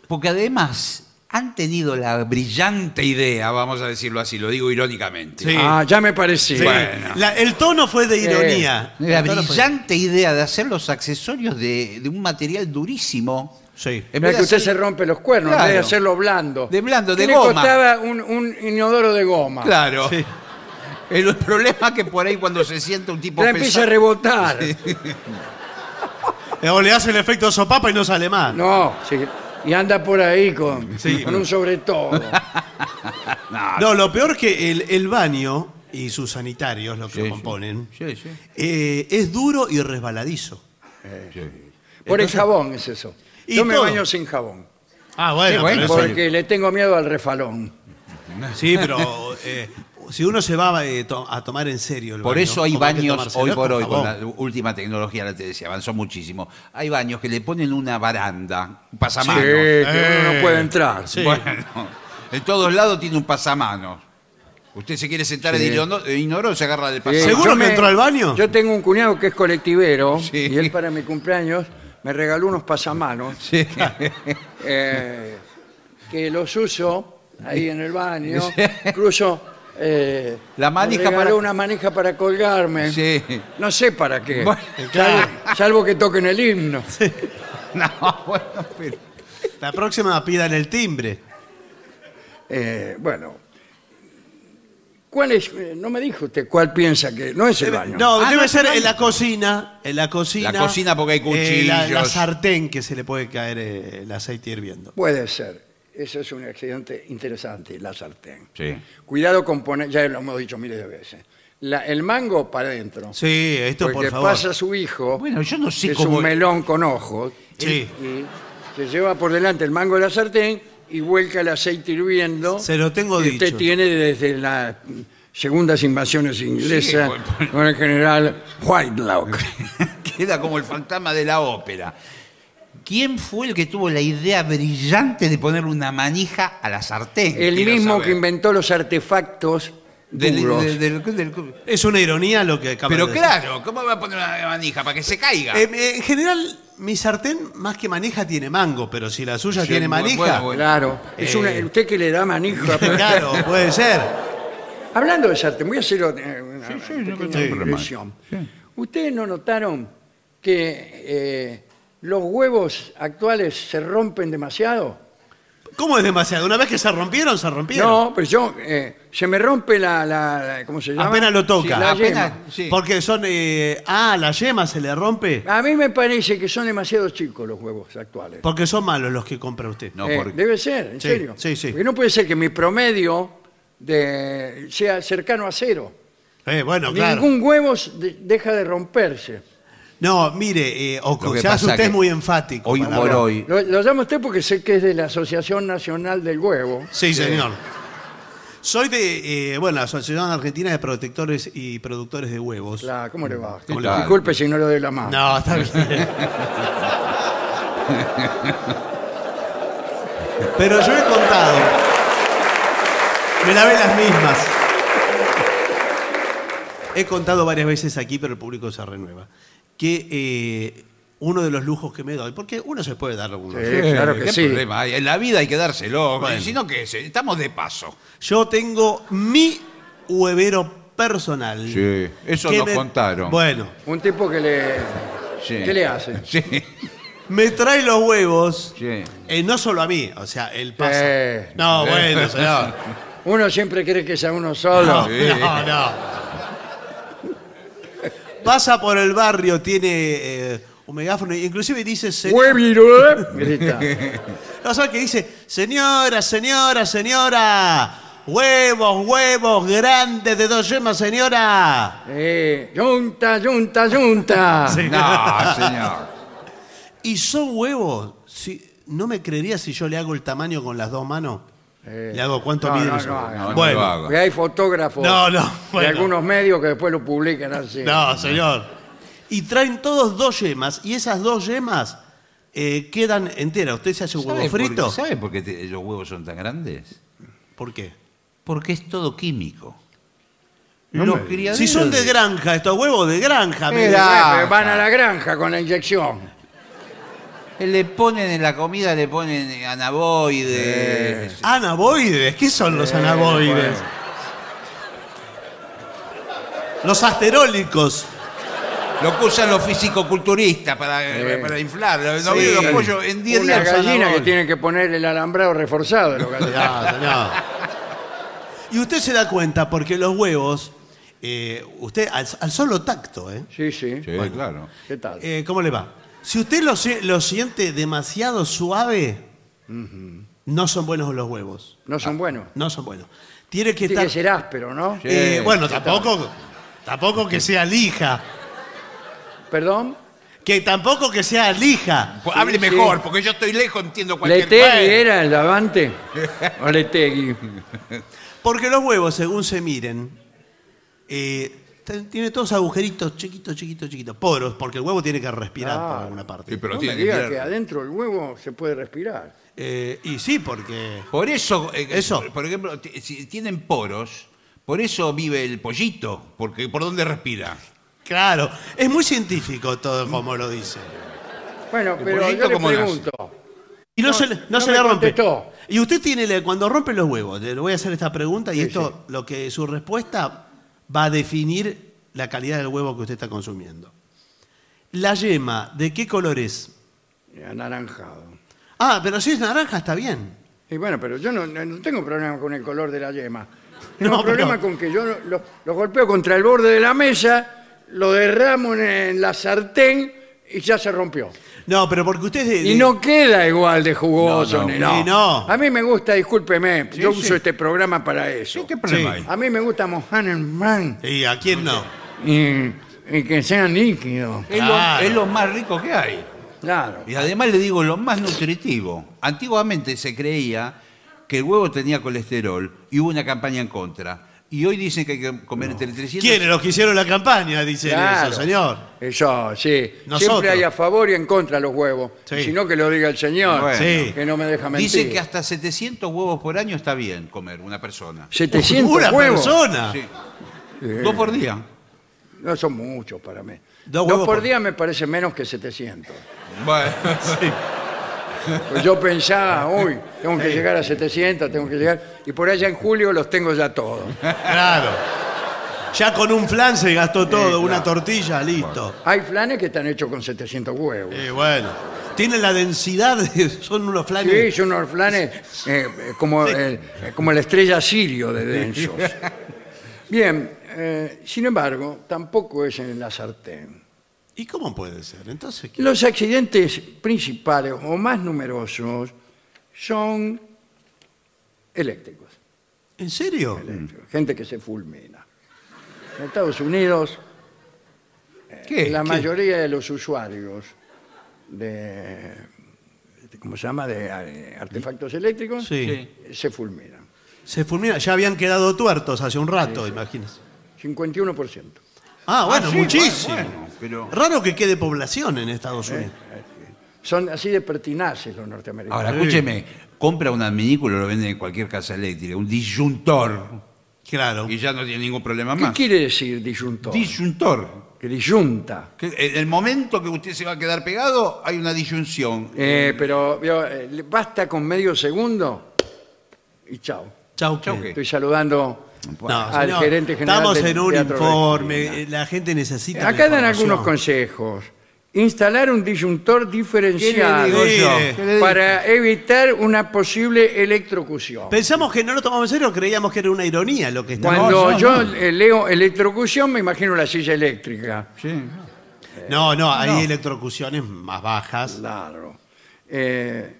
Porque además han tenido la brillante idea, vamos a decirlo así, lo digo irónicamente. Sí. Ah, ya me parecía. Sí. Bueno. La- el tono fue de ironía. La El tono fue- brillante idea de hacer los accesorios de, de un material durísimo. Sí. En Mirá vez que de usted hacer- se rompe los cuernos en vez de Claro. hacerlo blando. De blando, de ¿Qué goma? Le costaba un, un inodoro de goma. Claro. Sí. El problema es que por ahí cuando se sienta un tipo Ya empieza a pesado- rebotar. Eh, O le hace el efecto sopapa y no sale más. No, sí. Y anda por ahí con, Sí. con un sobre todo. No, lo peor que el, el baño y sus sanitarios, lo que Sí, lo sí. componen, Sí, sí. eh, es duro y resbaladizo. Por el Entonces- jabón es eso. Y Yo me todo. baño sin jabón. Ah, bueno, Sí, bueno, pero eso- Porque le tengo miedo al refalón. sí, pero eh, si uno se va eh, to- a tomar en serio el Por baño, eso hay como que baños tomárselo hoy por con hoy, con jabón. la última tecnología, la te- se avanzó muchísimo. Hay baños que le ponen una baranda, un pasamanos. Sí, que uno no puede entrar. Sí. Bueno, en todos lados tiene un pasamanos. Usted se quiere sentar e en Iliono- en Inodoro, se agarra del Sí, pasamanos. ¿Seguro yo que entró al baño? Yo tengo un cuñado que es colectivero Sí. y él para mi cumpleaños me regaló unos pasamanos eh, que los uso ahí en el baño. Incluso eh, La me manija regaló para- una manija para colgarme. Sí. No sé para qué. Bueno, claro. salvo, salvo que toquen el himno. No, bueno, pero- La próxima pidan el timbre. Eh, bueno. ¿Cuál es? eh, No me dijo usted cuál piensa que no es el baño. No, Ah, debe no, ser no. en la cocina. En la cocina. La cocina porque hay eh, la, la cuchillos. sartén que se le puede caer eh, el aceite hirviendo. Puede ser. Eso es un accidente interesante, la sartén. Sí. Cuidado con poner, ya lo hemos dicho miles de veces, la- el mango para adentro. Sí, esto porque por favor. pasa su hijo, Bueno, yo no sé que es cómo- un melón con ojos, Sí. y se lleva por delante el mango de la sartén y vuelca el aceite hirviendo. Se lo tengo que Usted dicho. tiene desde las segundas invasiones inglesas con el general Whitelock. Queda como el fantasma de la ópera. ¿Quién fue el que tuvo la idea brillante de poner una manija a la sartén? El Quiero mismo saber. que inventó los artefactos Del- duros. del- del- del- Es una ironía lo que acaba Pero de claro, ¿cómo va a poner una manija? ¿Para que se caiga? decir. Eh, eh, en general, mi sartén, más que manija, tiene mango, pero si la suya Sí, tiene bueno, manija. bueno, bueno. Claro. Es una- Eh. usted que le da manija. pero- Claro, puede ser. Hablando de sartén, voy a hacer eh, una pequeña hay problema. reflexión. ¿Ustedes no notaron que eh, los huevos actuales se rompen demasiado? ¿Cómo es demasiado? Una vez que se rompieron, se rompieron. No, pero yo, eh, se me rompe la, la- la- ¿cómo se llama? Apenas lo toca. Sí, la Apenas- yema. sí. Porque son. eh, ah, la yema se le rompe. A mí me parece que son demasiado chicos los huevos actuales. Porque son malos los que compra usted. No, Eh, porque- Debe ser, en Sí, serio. sí, sí. Porque no puede ser que mi promedio de, sea cercano a cero. Eh, bueno, claro. Ningún huevo de- deja de romperse. No, mire, eh, Lo Oco, que se hace pasa usted que muy enfático. hoy para por hablar. hoy- Lo, lo llama usted porque sé que es de la Asociación Nacional del Huevo. eh, Sí, señor. Soy de, eh, bueno, la Asociación Argentina de Protectores y Productores de Huevos. La- ¿Cómo le va? ¿Cómo le va? Disculpe si no lo doy la mano. No, está bien. Pero yo he contado. Me lavé las mismas. He contado varias veces aquí, pero el público se renueva, que eh, uno de los lujos que me doy, porque uno se puede dar algunos. Sí, claro que ¿Qué sí. problema hay? En la vida hay que dárselo. Bueno. Si no, ¿qué es? Estamos de paso. Yo tengo mi huevero personal. Sí, eso Que nos contaron. Bueno, Un tipo que le. ¿Qué le hace? Sí, me trae los huevos. sí. Eh, no solo a mí, o sea, él pasa. Eh. Ah, No, bueno, señor. Uno siempre cree que sea uno No, solo. no, no. Pasa por el barrio, tiene eh, un megáfono, inclusive dice, se- Hueviro, ¿eh? grita. no sabe que dice, señora, señora, señora, huevos, huevos grandes de dos yemas, señora. Eh, yunta, yunta, yunta. No, señor. Y son huevos. Si, no me creería si yo le hago el tamaño con las dos manos. Eh, Le hago cuánto no, mide. no, eso? no, no, no bueno, lo hago. Porque hay fotógrafos No, no, bueno. de algunos medios que después lo publican así. no, señor. Y traen todos dos yemas y esas dos yemas eh, quedan enteras. Usted se hace un huevo ¿Sabe por- frito. ¿Sabe por qué te- los huevos son tan grandes? ¿Por qué? Porque es todo químico. No los me- criaderos Si son de granja, estos huevos de granja, mire. Era. Eh, Van a la granja con la inyección. Le ponen en la comida, le ponen anaboides. Anaboides, ¿qué son Eh, los anaboides? bueno. Los asterólicos. Lo que usan los fisicoculturistas para, eh, Sí. para inflar. No Sí. vieron los pollos en 10 Una días. gallina que zanahoria. tiene que poner el alambrado reforzado. los gallinas. No, señor. Y usted se da cuenta porque los huevos, eh, usted al, al solo tacto, ¿eh? Sí, sí. claro. ¿Qué tal? Eh, ¿Cómo le va? Si usted lo, si- lo siente demasiado suave, no son buenos los huevos. Ah. no son buenos. No son buenos. Tiene que Tiene estar. que ser áspero, ¿no? Sí. Eh, bueno, Ya está. tampoco, tampoco que sea lija. Perdón. Que tampoco que sea lija. Pues Hable Sí, mejor, sí. porque yo estoy lejos, entiendo cualquier Letegui cosa. era el lavante. O Letegui. Porque los huevos, según se miren, eh, ten- tiene todos agujeritos chiquitos, chiquitos, chiquitos. Poros, porque el huevo tiene que respirar Ah. por alguna parte. Sí, pero no me tiene diga que que mirar. adentro del huevo se puede respirar. Eh, y sí, porque. Por eso, eh, Eso. por- por ejemplo, ti- si tienen poros, por eso vive el pollito, porque por dónde respira. Claro, es muy científico todo como lo dice. Bueno, El pero yo pollito le cómo nace. pregunto. Y no, No, se, le- no no se me le rompe. contestó. Y usted tiene, la- cuando rompe los huevos, le voy a hacer esta pregunta y esto, lo que su respuesta va a definir la calidad del huevo que usted está consumiendo. La yema, ¿de qué color es? Anaranjado. Ah, pero si es naranja está bien. Y bueno, pero yo no, no- no tengo problema con el color de la yema. No, Tengo pero- problema con que yo lo, lo golpeo contra el borde de la mesa, lo derramo en, en la sartén y ya se rompió. No, pero porque usted es de- Y de- no queda igual de jugoso, No, no. ni no. Y no. A mí me gusta, discúlpeme, yo sí. uso este programa para eso. ¿Qué problema hay? A mí me gusta mojar el pan ¿Y a quién no? y, y que sea líquido. Es, lo, Claro. es lo más rico que hay. Claro. Y además le digo lo más nutritivo. Antiguamente se creía que el huevo tenía colesterol y hubo una campaña en contra. Y hoy dicen que hay que comer entre 300 ¿Quiénes los que hicieron la campaña? Dicen Claro. eso, señor. Eso, sí. Siempre Nosotros. hay a favor y en contra los huevos. Sí. Si no, que lo diga el señor, Bueno. Sí. que no me deja mentir. Dicen que hasta 700 huevos por año está bien comer una persona. 700 Una huevos. persona. Sí. Eh. Dos por día. No son muchos para mí. Dos Dos, huevos por por- día me parece menos que 700. Bueno, Pues yo pensaba, uy, tengo que llegar a 700, tengo que llegar. Y por allá en julio los tengo ya todos. Claro. Ya con un flan se gastó todo, una tortilla, listo. Hay flanes que están hechos con 700 huevos. Y bueno, tiene la densidad, de- son unos Sí, flanes. son unos flanes eh, eh, como, el- eh, como la estrella Sirio de densos. Bien, eh, sin embargo, tampoco es en la sartén. ¿Y cómo puede ser? Entonces, ¿qué? Los accidentes principales o más numerosos son eléctricos. ¿en serio? Mm. gente que se fulmina. En Estados Unidos, ¿Qué? Eh, la ¿Qué? mayoría de los usuarios de, de- ¿cómo se llama?, de eh, artefactos eléctricos, Sí. eh, se fulminan. Se fulmina, ya habían quedado tuertos hace un rato, imagínese. 51%. Ah, bueno, Ah, sí, muchísimo. bueno, bueno, pero- Eh. Raro que quede población en Estados Unidos. Son así de pertinaces los norteamericanos. Ahora, escúcheme, compra un adminículo, lo venden en cualquier casa eléctrica, un disyuntor, Claro. y ya no tiene ningún problema ¿Qué más. quiere decir disyuntor? Disyuntor. que disyunta. Que En el momento que usted se va a quedar pegado, hay una disyunción. Eh, pero vio, eh, le basta con medio segundo y chao. Chau, Chau, que- que- Estoy saludando No, al señor, gerente general. Estamos del en un Teatro informe, Regina. eh, la gente necesita. Acá dan algunos consejos. consejos. Instalar un disyuntor diferenciado digo yo? Mire, ¿Qué para evitar una posible electrocución. Pensamos que no lo tomamos en serio, creíamos que era una ironía lo que estaba. Cuando No, no, yo no. eh, leo electrocución me imagino la silla eléctrica. Sí. No, no, hay electrocuciones más bajas. Claro. Eh,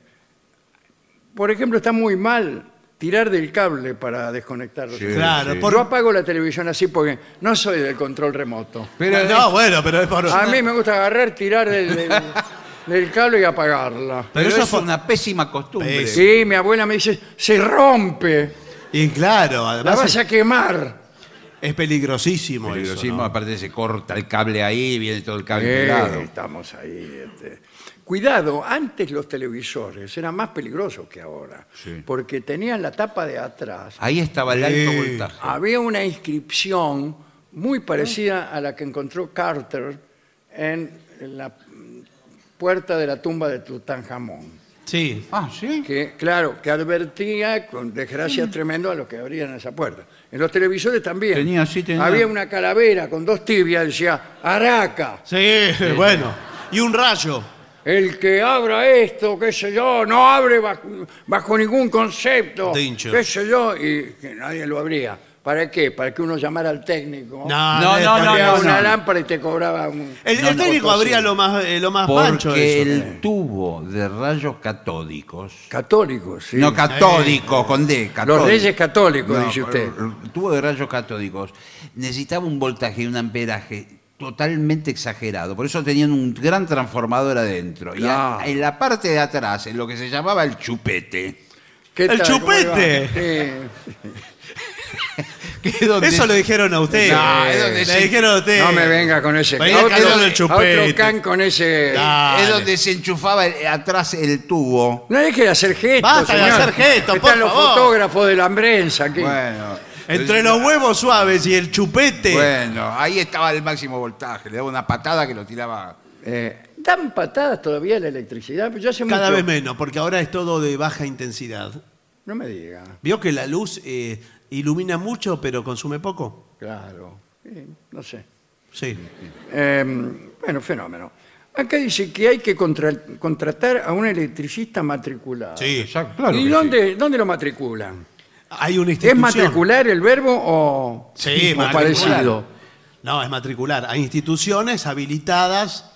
por ejemplo, está muy mal tirar del cable para desconectarlo. Sí. Claro, sí. Yo por, apago la televisión así porque no soy del control remoto. Pero no, bueno, pero es por. A mí me gusta agarrar, tirar del, del- del cable y apagarla. Pero eso eso fue- es una pésima costumbre. Pésima. Sí, mi abuela me dice, se rompe, Y claro, la además vas es, a quemar. es peligrosísimo, Peligrosismo, eso. ¿no? aparte se corta el cable ahí, viene todo el cable Eh, pegado. estamos ahí. este. Cuidado, antes los televisores eran más peligrosos que ahora, Sí. porque tenían la tapa de atrás. Ahí estaba el Sí. alto voltaje. Había una inscripción muy parecida a la que encontró Carter en la mm, puerta de la tumba de Tutankamón. Sí. Ah, sí. que claro, que advertía con Mm. desgracia tremenda a los que abrían esa puerta. En los televisores también. Tenía, sí, tenía. Había una calavera con dos tibias, decía, Araca, Sí, bueno. Y un rayo. el que abra esto, qué sé yo, no abre baj- bajo, ningún concepto, Tincho. qué sé yo, y que nadie lo abría. ¿Para qué? Para que uno llamara al técnico. No, No, no, está no, Había bien. no, una no. lámpara y te cobraba un... El, el No, no, técnico no, habría sí. lo más, eh, lo más pancho Porque eso. el tubo de rayos catódicos. Católicos, sí. No catódicos, con D. catódicos. Los reyes católicos, dice No, usted. El tubo de rayos catódicos necesitaba un voltaje y un amperaje totalmente exagerado. Por eso tenían un gran transformador adentro. Claro. Y a- en la parte de atrás, en lo que se llamaba el chupete. ¿Qué ¡El tal? ¿Cómo le va? chupete! que es donde- Eso le dijeron a usted. No, es donde le se- dijeron a usted. No me venga con ese... Venía A otro- cayendo el a chupete. Otro can con ese... Ah, es dale. donde se enchufaba el- atrás el tubo. No deje de hacer gestos, Basta de señor. hacer gestos, Están por los favor. fotógrafos de la hambrenza aquí. Bueno. Entre los huevos suaves y el chupete. Bueno, ahí estaba el máximo voltaje. Le daba una patada que lo tiraba. Eh, dan patadas todavía la electricidad, pero yo hace Cada mucho- vez menos, porque ahora es todo de baja intensidad. No me diga, Vio que la luz eh, ilumina mucho, pero consume poco. claro. Eh, no sé. Sí. Eh, bueno, fenómeno. Acá dice que hay que contra- contratar a un electricista matriculado. Sí. ¿Y dónde, dónde lo matriculan? Hay una ¿Es institución. matricular el verbo o, Sí, o matricular. parecido? No, es matricular. Hay instituciones habilitadas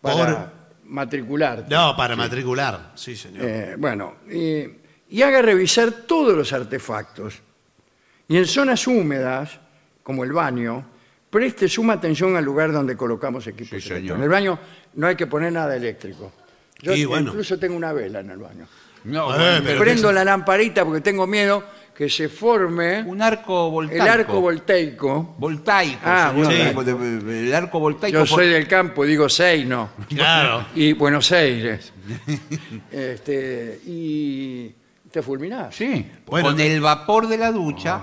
Para por. matricular. No, para matricular. Sí, señor. Eh, bueno, eh, y haga revisar todos los artefactos. Y en zonas húmedas, como el baño, preste suma atención al lugar donde colocamos equipos Sí, señor. eléctricos. En el baño no hay que poner nada eléctrico. Yo Y bueno. incluso tengo una vela en el baño. No, Eh, pero Prendo la lamparita porque tengo miedo que se forme un arco voltaico. el arco voltaico. Voltaico, Ah, señor. voltaico. El arco voltaico. Yo soy del campo, digo seis, no. Claro. Y Buenos Aires. Este, y te fulminás. Sí, Bueno, Ah, con el vapor de la ducha,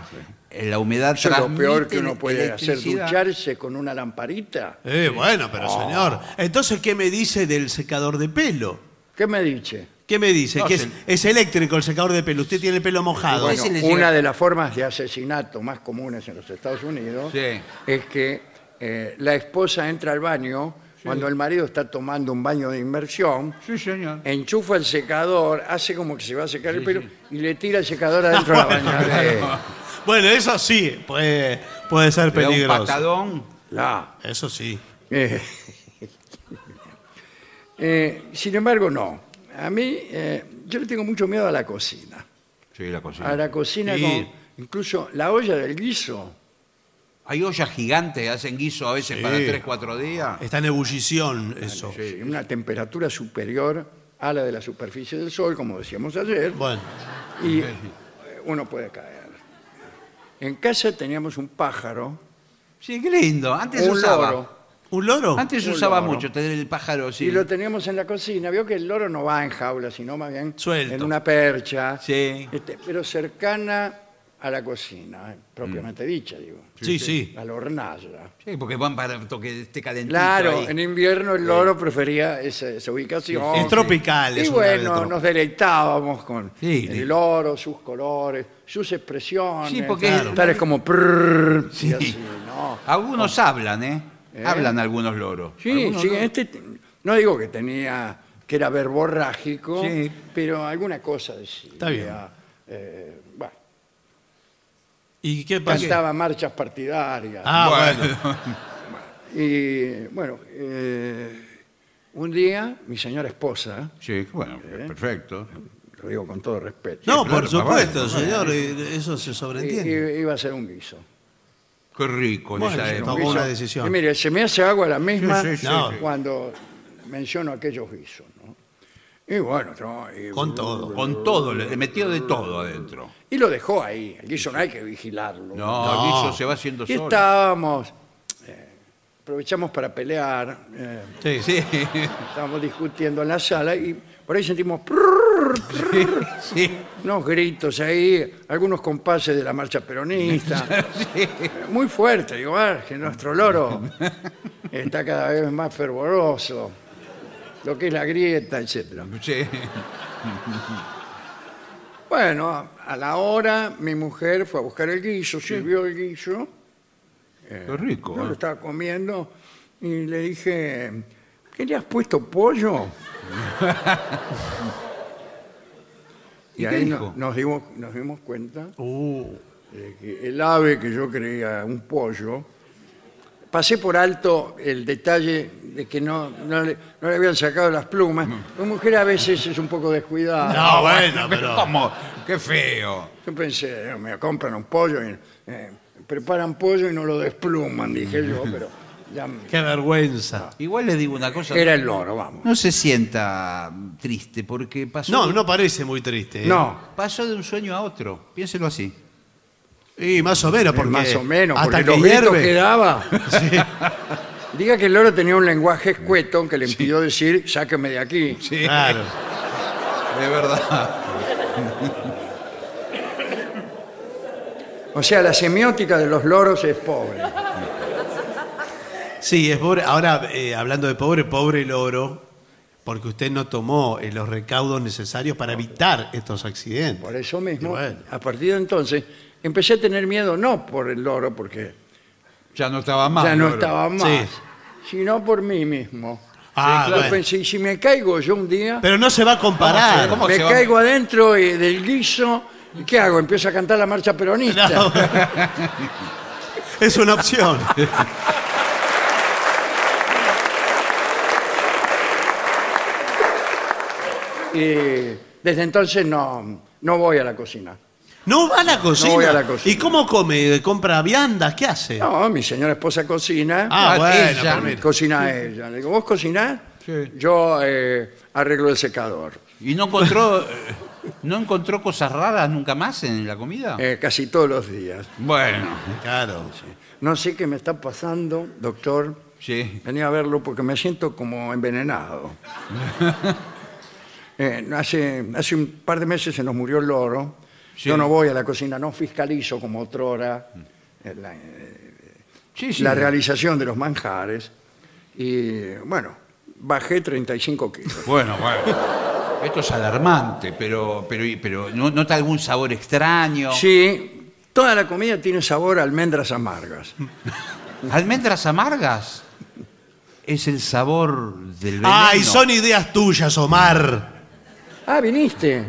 eh, la humedad Eso es lo transmite peor que uno puede hacer, electricidad. ducharse con una lamparita. Eh, bueno, pero Oh. señor. Entonces, ¿qué me dice del secador de pelo? ¿Qué me dice? ¿Qué me dice? No, que es, sí. es eléctrico el secador de pelo. Usted tiene el pelo mojado. Bueno. Ese le llega- Una de las formas de asesinato más comunes en los Estados Unidos Sí. es que eh, la esposa entra al baño cuando el marido está tomando un baño de inmersión, Sí, señor. enchufa el secador, hace como que se va a secar el pelo y le tira el secador adentro de la bañadera. Bueno, eso sí, puede, puede ser Le da un peligroso. patadón. La- Eso sí. Eh, eh, sin embargo, no. A mí, eh, yo le tengo mucho miedo a la cocina. Sí, la cocina. A la cocina Sí. con incluso la olla del guiso. Hay ollas gigantes que hacen guiso a veces Sí. para 3, 4 días. Está en ebullición eso. sí, Una temperatura superior a la de la superficie del sol, como decíamos ayer, Bueno, y eh, uno puede caer. En casa teníamos un pájaro, Sí, qué lindo. Antes se un usaba. loro, ¿un loro? Antes se Un usaba loro. mucho tener el pájaro así. y lo teníamos en la cocina. Vio que el loro no va en jaula, sino más bien Suelto. en una percha. Sí. Este, pero cercana a la cocina, eh, propiamente dicha, digo, Sí, sí. a la hornalla. Sí, porque van para que esté calentito. Claro, ahí. en invierno el loro prefería esa, esa ubicación. Es tropical, Y es un ave bueno, tropical. nos deleitábamos con Sí, sí. el loro, sus colores, sus expresiones, Sí, porque- Claro. tales como prrr, y Sí. así, ¿no? Ah, Algunos hablan, ¿eh? Oh. ¿Eh? Hablan algunos loros. Sí, Algunos sí, loros. este t- no digo que tenía que era verborrágico, Sí. pero alguna cosa decía. Está bien. eh, bueno, ¿Y qué pasa? cantaba marchas partidarias. Ah, bueno. Y bueno, eh, un día mi señora esposa, Sí, bueno, ¿Eh? perfecto. lo digo con todo respeto, No, Sí, por claro, supuesto, señor. eh, Eso se i- sobreentiende. i- iba a hacer un guiso. Qué rico en Bueno, esa sí, época. tomó Guiso. una decisión. Y mire, se me hace agua la misma Sí, sí, sí, No. sí. cuando menciono aquellos guisos. ¿no? Y bueno, no, y- Con todo. Con todo, le metió de todo adentro. y lo dejó ahí. El guiso no hay que vigilarlo. No, No. el guiso se va haciendo y solo. estábamos, eh, aprovechamos para pelear, eh, Sí. Sí, estábamos discutiendo en la sala y por ahí sentimos... prrr, sí. unos gritos ahí, algunos compases de la marcha peronista. Muy fuerte, digo, ah, que nuestro loro está cada vez más fervoroso, lo que es la grieta, etc. sí. Bueno, a la hora mi mujer fue a buscar el guiso, sirvió el guiso, Qué rico. yo lo ¿eh? estaba comiendo y le dije, ¿qué le has puesto pollo? ¿Y Y qué ahí no- dijo? nos dimos, nos dimos cuenta Uh, de que el ave que yo creía un pollo, pasé por alto el detalle de que no, no, le, no le habían sacado las plumas. Una mujer a veces es un poco descuidada. Mm. No, bueno, pero. ¿Cómo? Qué feo. Yo pensé, "Eh, me compran un pollo, y, eh, preparan pollo y no lo despluman, dije yo, pero ya me- Qué vergüenza. Igual les digo una cosa. era el loro, vamos. No se sienta triste porque pasó, No, no parece muy triste. ¿eh? No, pasó de un sueño a otro. Piénselo así. Y más o menos, porque. Eh, más o menos, Hasta porque que los gritos hierve. que daba. Diga que el loro tenía un lenguaje escueto que le impidió decir, sáqueme de aquí. Claro. De verdad. O sea, la semiótica de los loros es pobre. Sí, es pobre. Ahora, eh, hablando de pobre, pobre loro, porque usted no tomó eh, los recaudos necesarios para evitar estos accidentes. Por eso mismo, Y bueno. a partir de entonces, empecé a tener miedo no por el loro, porque Ya no estaba más. ya no Loro. estaba más, Sí. sino por mí mismo. Ah, Yo bueno. pensé, "Y si me caigo yo un día, Pero no se va a comparar. ¿Cómo me se va? caigo adentro eh, del guiso, ¿y ¿qué hago? Empiezo a cantar la marcha peronista. No. es una opción. Y desde entonces no, no voy a la cocina. No va a la cocina. voy a la cocina. ¿Y cómo come? ¿Compra viandas? ¿Qué hace? No, mi señora esposa cocina. Ah, Ah, bueno, ella. pero mire. Cocina ella. Le digo, ¿vos cocinás? Yo eh, arreglo el secador. Y no encontró, eh, no encontró cosas raras nunca más en la comida. eh, casi todos los días. Bueno, Claro. No sé qué me está pasando, doctor. sí. Venía a verlo porque me siento como envenenado. Eh, hace, hace un par de meses se nos murió el loro. Yo no voy a la cocina, no fiscalizo como otrora eh, la, Sí, sí. la realización de los manjares. Y bueno, bajé 35 kilos. Bueno, bueno. Esto es alarmante, pero, pero, pero ¿no- nota algún sabor extraño. Sí, toda la comida tiene sabor a almendras amargas. Almendras amargas es el sabor del veneno. Ay, son ideas tuyas, Omar. Ah, viniste.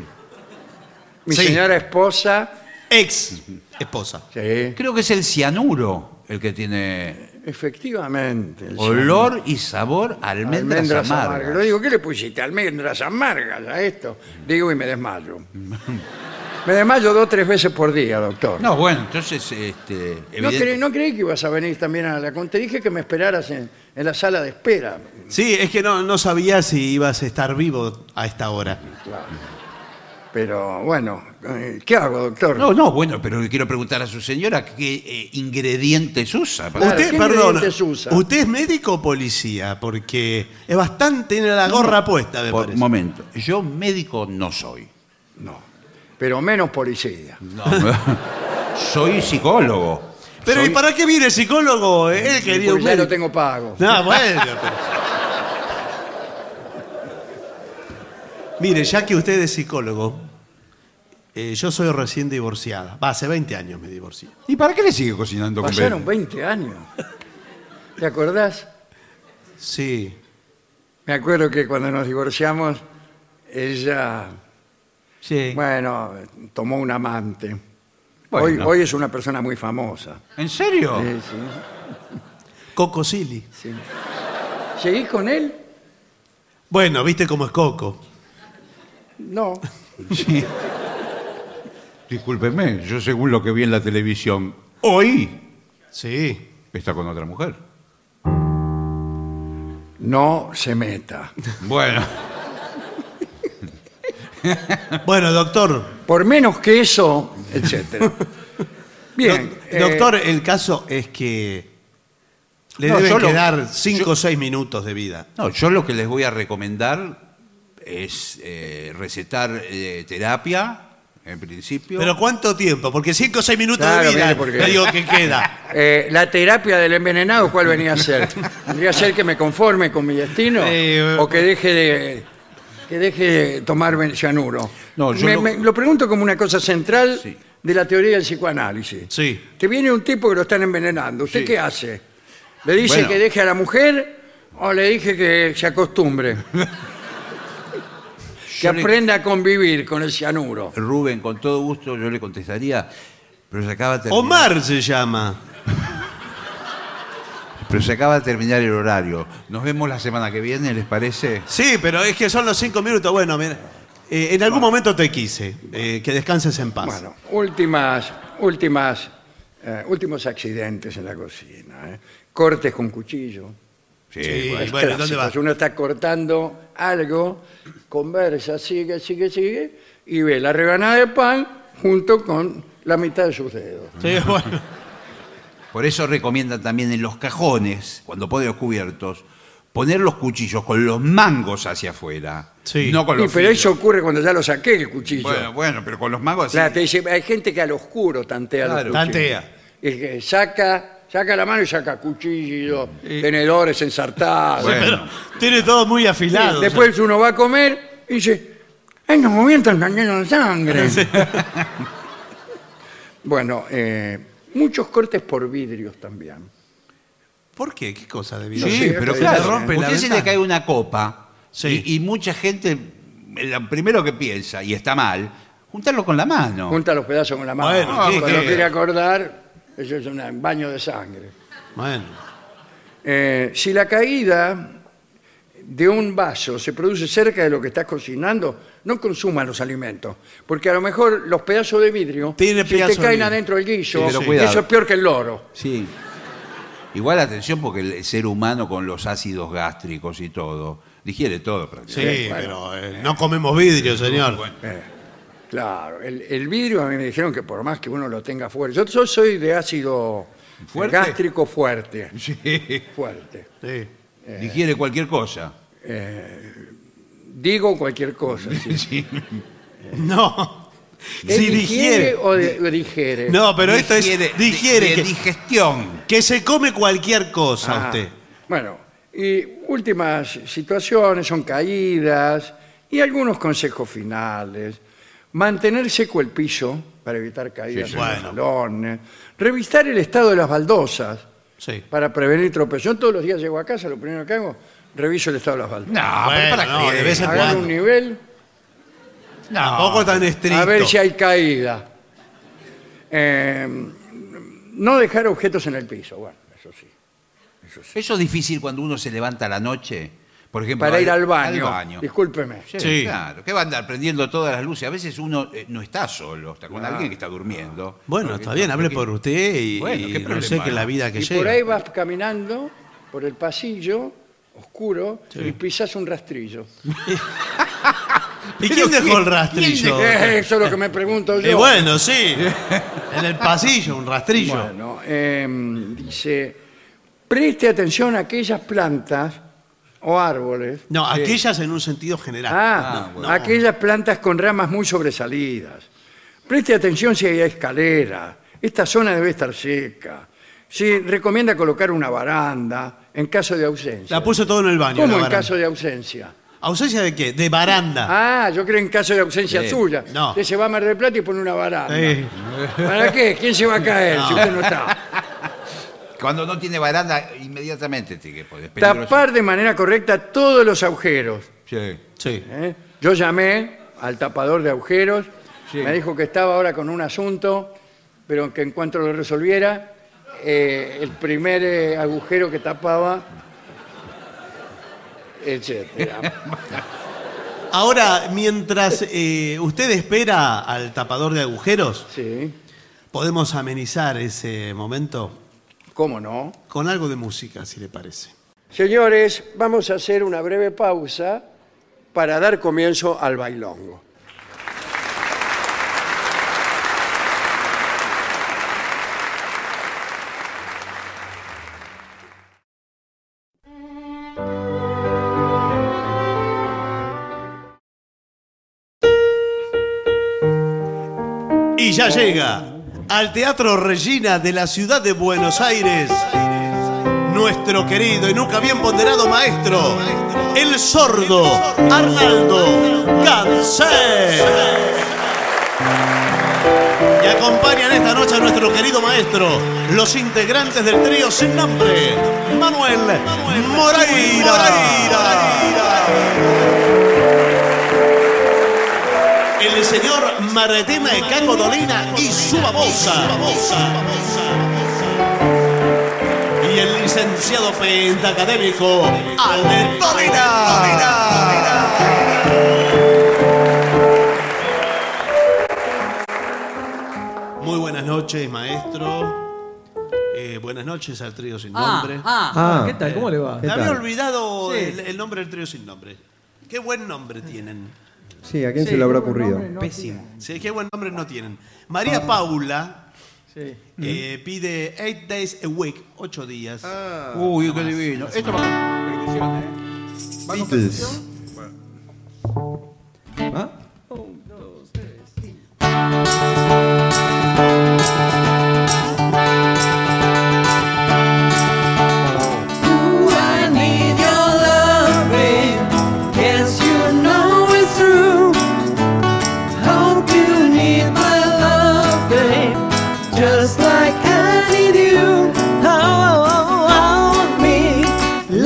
Mi Sí. señora esposa. Ex esposa. Sí, Creo que es el cianuro el que tiene efectivamente. el olor y sabor a almendras, almendras amargas. amargas. Le digo, ¿qué le pusiste? Almendras amargas a esto. Digo, y me desmayo. me desmayo dos o tres veces por día, doctor. No, bueno, entonces, este, No evidente- creí, no creí que ibas a venir también a la con. Te dije que me esperaras en, en la sala de espera. Sí, es que no, no sabía si ibas a estar vivo a esta hora. Pero bueno, eh, ¿qué hago, doctor? no, no, bueno, pero le quiero preguntar a su señora qué eh, ingredientes usa. para- Claro, usted, ¿qué perdón, ingredientes usa? ¿usted es médico o policía? Porque es bastante, tiene la gorra puesta, me Por parece. momento, yo médico no soy. No. Pero menos policía. No. soy psicólogo. Pero Soy- ¿y para qué viene el psicólogo? Eh, Él quería un Porque ya lo médico. tengo pago. No, bueno, pero... Mire, ya que usted es psicólogo, eh, yo soy recién divorciada. Va, hace 20 años me divorcié. ¿Y para qué le sigue cocinando con Pasaron veneno? 20 años. ¿Te acordás? Sí. Me acuerdo que cuando nos divorciamos, ella, Sí. bueno, tomó un amante. Bueno. Oh. Hoy, hoy es una persona muy famosa. ¿En serio? Sí, sí, Coco Silly. sí. ¿Seguís con él? Bueno, viste cómo es Coco. No. Discúlpeme, yo según lo que vi en la televisión, hoy Sí. está con otra mujer. No se meta. Bueno, Bueno, doctor, Por menos que eso, etc. Bien. Doc- eh, doctor, el caso es que le No, yo deben lo- quedar 5 o 6 minutos de vida. no, yo lo que les voy a recomendar es eh, recetar eh, terapia, en principio. ¿Pero cuánto tiempo? Porque 5 o 6 minutos Claro, de vida, mire, porque- le digo que queda. eh, la terapia del envenenado, ¿cuál venía a ser? ¿Vendría a ser que me conforme con mi destino? Eh, ¿O que deje de, que deje de tomar ben- cianuro? No, yo Me- lo- me- lo pregunto como una cosa central Sí. de la teoría del psicoanálisis. Sí. Te viene un tipo que lo están envenenando. ¿Usted Sí. qué hace? ¿Le dice Bueno. que deje a la mujer o le dije que se acostumbre? que Yo le- aprenda a convivir con el cianuro. Rubén, con todo gusto yo le contestaría, Pero se acaba de terminar. Omar se llama. Pero se acaba de terminar el horario. Nos vemos la semana que viene, ¿les parece? Sí, pero es que son los cinco minutos. Bueno, mira, eh, en algún momento te quise. Eh, que descanses en paz. Bueno, últimas, últimas, eh, últimos accidentes en la cocina. ¿eh? Cortes con cuchillo. Sí, Es bueno, ¿y ¿dónde clásico. vas? Uno está cortando algo, conversa, sigue, sigue, sigue, y ve la rebanada de pan junto con la mitad de sus dedos. Sí, bueno. Por eso recomiendan también en los cajones, cuando ponen los cubiertos, poner los cuchillos con los mangos hacia afuera. Sí. No con Sí, los pero filos. eso ocurre cuando ya lo saqué el cuchillo. Bueno, bueno, pero con los mangos así. Claro, te dice, hay gente que al oscuro tantea los Claro. cuchillos. Tantea. Y que saca, saca la mano y saca cuchillos, tenedores ensartados. Bueno. Pero tiene todo muy afilado. Después uno va a comer y dice, ¡ay, no momentos están llenos de sangre! bueno, eh, muchos cortes por vidrios también. ¿Por qué? ¿Qué cosa de vida? Sí, sé, pero se claro, le rompe la usted se le ventana. cae una copa Sí. y, y mucha gente, lo primero que piensa, y está mal, juntarlo con la mano. Junta los pedazos con la mano. Ah, Bueno, sí, Cuando sí. quiere acordar, eso es una- un baño de sangre. Bueno. Eh, si la caída de un vaso se produce cerca de lo que estás cocinando, no consuma los alimentos, porque a lo mejor los pedazos de vidrio Tiene se te pedazo de caen vidrio. adentro del guiso, Sí, pero y cuidado. eso es peor que el loro. Sí. Igual atención porque el ser humano con los ácidos gástricos y todo, digiere todo Sí, prácticamente. bueno. pero eh, no comemos vidrio, señor. Claro, el, el vidrio a mí me dijeron que por más que uno lo tenga fuerte, yo, yo soy de ácido ¿Fuerte? gástrico fuerte, fuerte. Sí. Digiere cualquier cosa. Digo cualquier cosa. sí. No. ¿Es Si digiere. o, de- o digiere? No, pero esto es. Digiere- Digiere. di- de que, digestión. que se come cualquier Ah, cosa usted. Bueno, y últimas situaciones son caídas y algunos consejos finales. Mantener seco el piso para evitar caídas Sí, en sí. los Bueno. salones. Revisar el estado de las baldosas Sí. para prevenir tropezón. Todos los días llego a casa, lo primero que hago, reviso el estado de las baldosas. No, Bueno, ¿para Eh, no, qué? de vez en Agarro cuando. un nivel Tampoco tan estricto. a ver si hay caída. Eh, no dejar objetos en el piso, bueno, eso sí. Eso es difícil cuando uno se levanta a la noche, por ejemplo. Para ir al baño. Al baño. Discúlpeme. Sí, Sí. claro. ¿Qué va a andar prendiendo todas las luces? A veces uno eh, no está solo, está con alguien que está durmiendo. Ah. Bueno, Porque- está bien, hable por usted y, Bueno, qué y no sé problema, que la ¿no? vida que y lleva. por ahí vas caminando por el pasillo oscuro y pisas un rastrillo. ¿Y quién dejó el rastrillo? Eh, Eso es lo que me pregunto yo. Y bueno, sí. En el pasillo, un rastrillo. Bueno, eh, dice, preste atención a aquellas plantas o árboles. No, aquellas en un sentido general. Ah, Ah, bueno. aquellas plantas con ramas muy sobresalidas. Preste atención si hay escalera. Esta zona debe estar seca. Si recomienda colocar una baranda en caso de ausencia. la puso todo en el baño. ¿Cómo la en baranda. caso de ausencia? ¿Ausencia de qué? De baranda. Ah, yo creo en caso de ausencia Sí. suya. No. Usted se va a Mar del Plata y pone una baranda. Sí. ¿Para qué? ¿Quién se va a caer si usted no está? Cuando no tiene baranda, inmediatamente tiene que poner. Tapar de manera correcta todos los agujeros. Sí. Sí. ¿eh? Yo llamé al tapador de agujeros. Sí. Me dijo que estaba ahora con un asunto, pero que en cuanto lo resolviera, eh, el primer eh, agujero que tapaba, etcétera. Ahora, mientras eh, usted espera al tapador de agujeros, Sí. podemos amenizar ese momento ¿Cómo no? con algo de música, si le parece. Señores, vamos a hacer una breve pausa para dar comienzo al bailongo. Y ya llega al Teatro Regina de la ciudad de Buenos Aires nuestro querido y nunca bien ponderado maestro, el sordo Arnaldo Cancel. Y acompañan esta noche a nuestro querido maestro, los integrantes del trío sin nombre, Manuel Moreira. El señor Martina de Caco Dolina y su babosa. Y el licenciado pentacadémico Ale Dolina. Muy buenas noches, maestro. Eh, buenas noches al trío sin Ah, nombre. ah, Ah. ¿qué tal? ¿Cómo le va? ¿Qué Me había tal? olvidado Sí. el, el nombre del trío sin nombre. Qué buen nombre tienen. Sí, ¿a quién Sí, se le habrá pobre ocurrido? Ah. nombre, no, Pésimo. Sí, qué buen nombre no tienen. María Paula Sí. eh, pide eight days a week, ocho días. Ah. Uy, qué divino. Esto va- Beatles. ¿Ah? Ooh, I need your love, babe. Guess you know it's true. Hope you need my love, babe. Just like I need you. Oh, oh, oh, oh, me.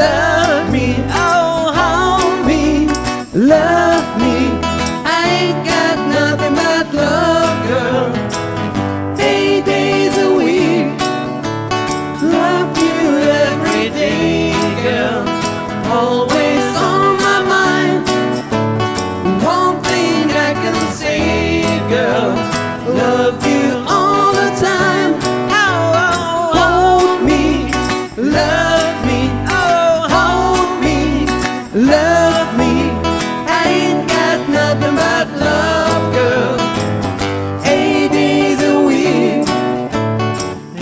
Love me. Oh, oh, me. Love me. I ain't got nothing but love, girl. Eight days a week. Love you every day, girl. Always on my mind. One thing I can say, girl. Love you all the time. Oh, oh, hold me. Love me. Oh, hold me. Love me. I ain't got nothing but love, girl. Eight days a week.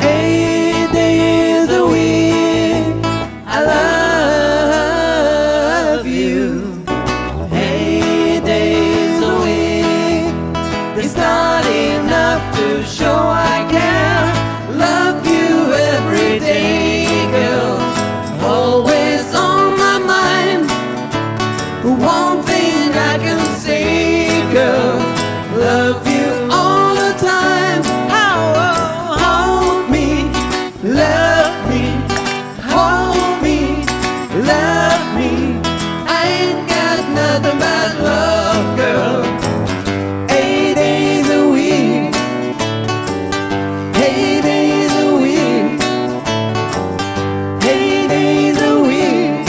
Eight days a week, I love you. Eight days a week, it's not enough to show I care. Love you every day, girl. Always on my mind. One thing I can say, girl, love you all the time. Oh, oh, hold me, love me, hold me, love me. I ain't got nothing but love, girl. Eight days a week, eight days a week, eight days a week.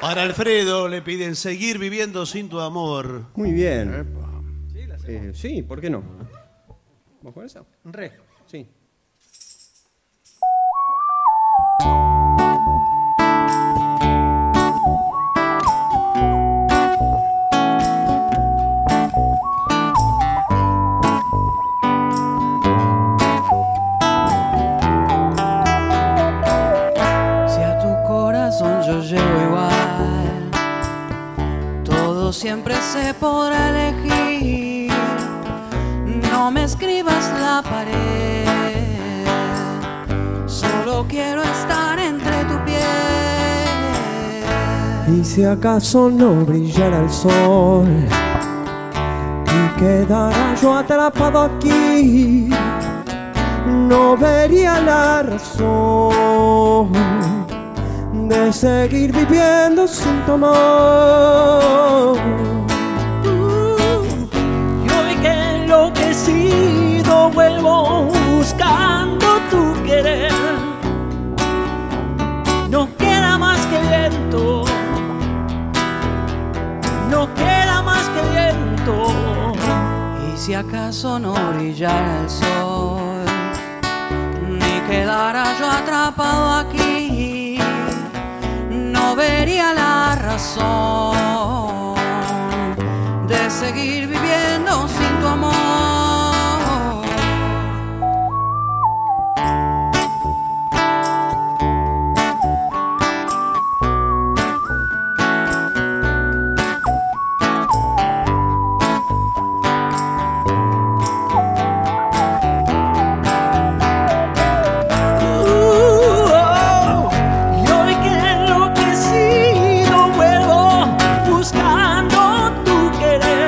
Para Alfredo le piden seguir viviendo sin tu amor. Muy bien. Eh, sí, ¿por qué no? ¿Vamos con esa? Re. Sí. Si a tu corazón yo llevo igual, todo siempre se podrá elegir. No me escribas la pared, solo quiero estar entre tu piel. Y si acaso no brillara el sol y quedara yo atrapado aquí, no vería la razón de seguir viviendo sin tu amor. Yo vi que enloquecido vuelvo buscando tu querer. No queda más que viento. No queda más que viento. Y si acaso no brillara el sol, ni quedara yo atrapado aquí, no vería la razón de seguir viviendo sin tu amor. oh. Uh, oh, y hoy que enloquecí Oh,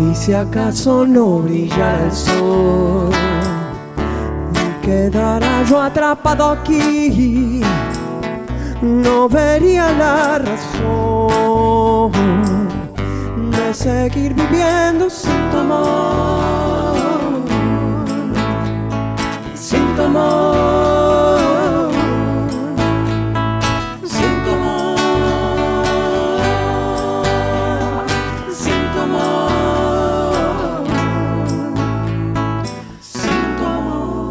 Y si acaso no brillara el sol, me quedara yo atrapado aquí. No vería la razón de seguir viviendo sin tu amor. Sin tu amor. Sin tu amor. Sin tu amor. Sin tu amor.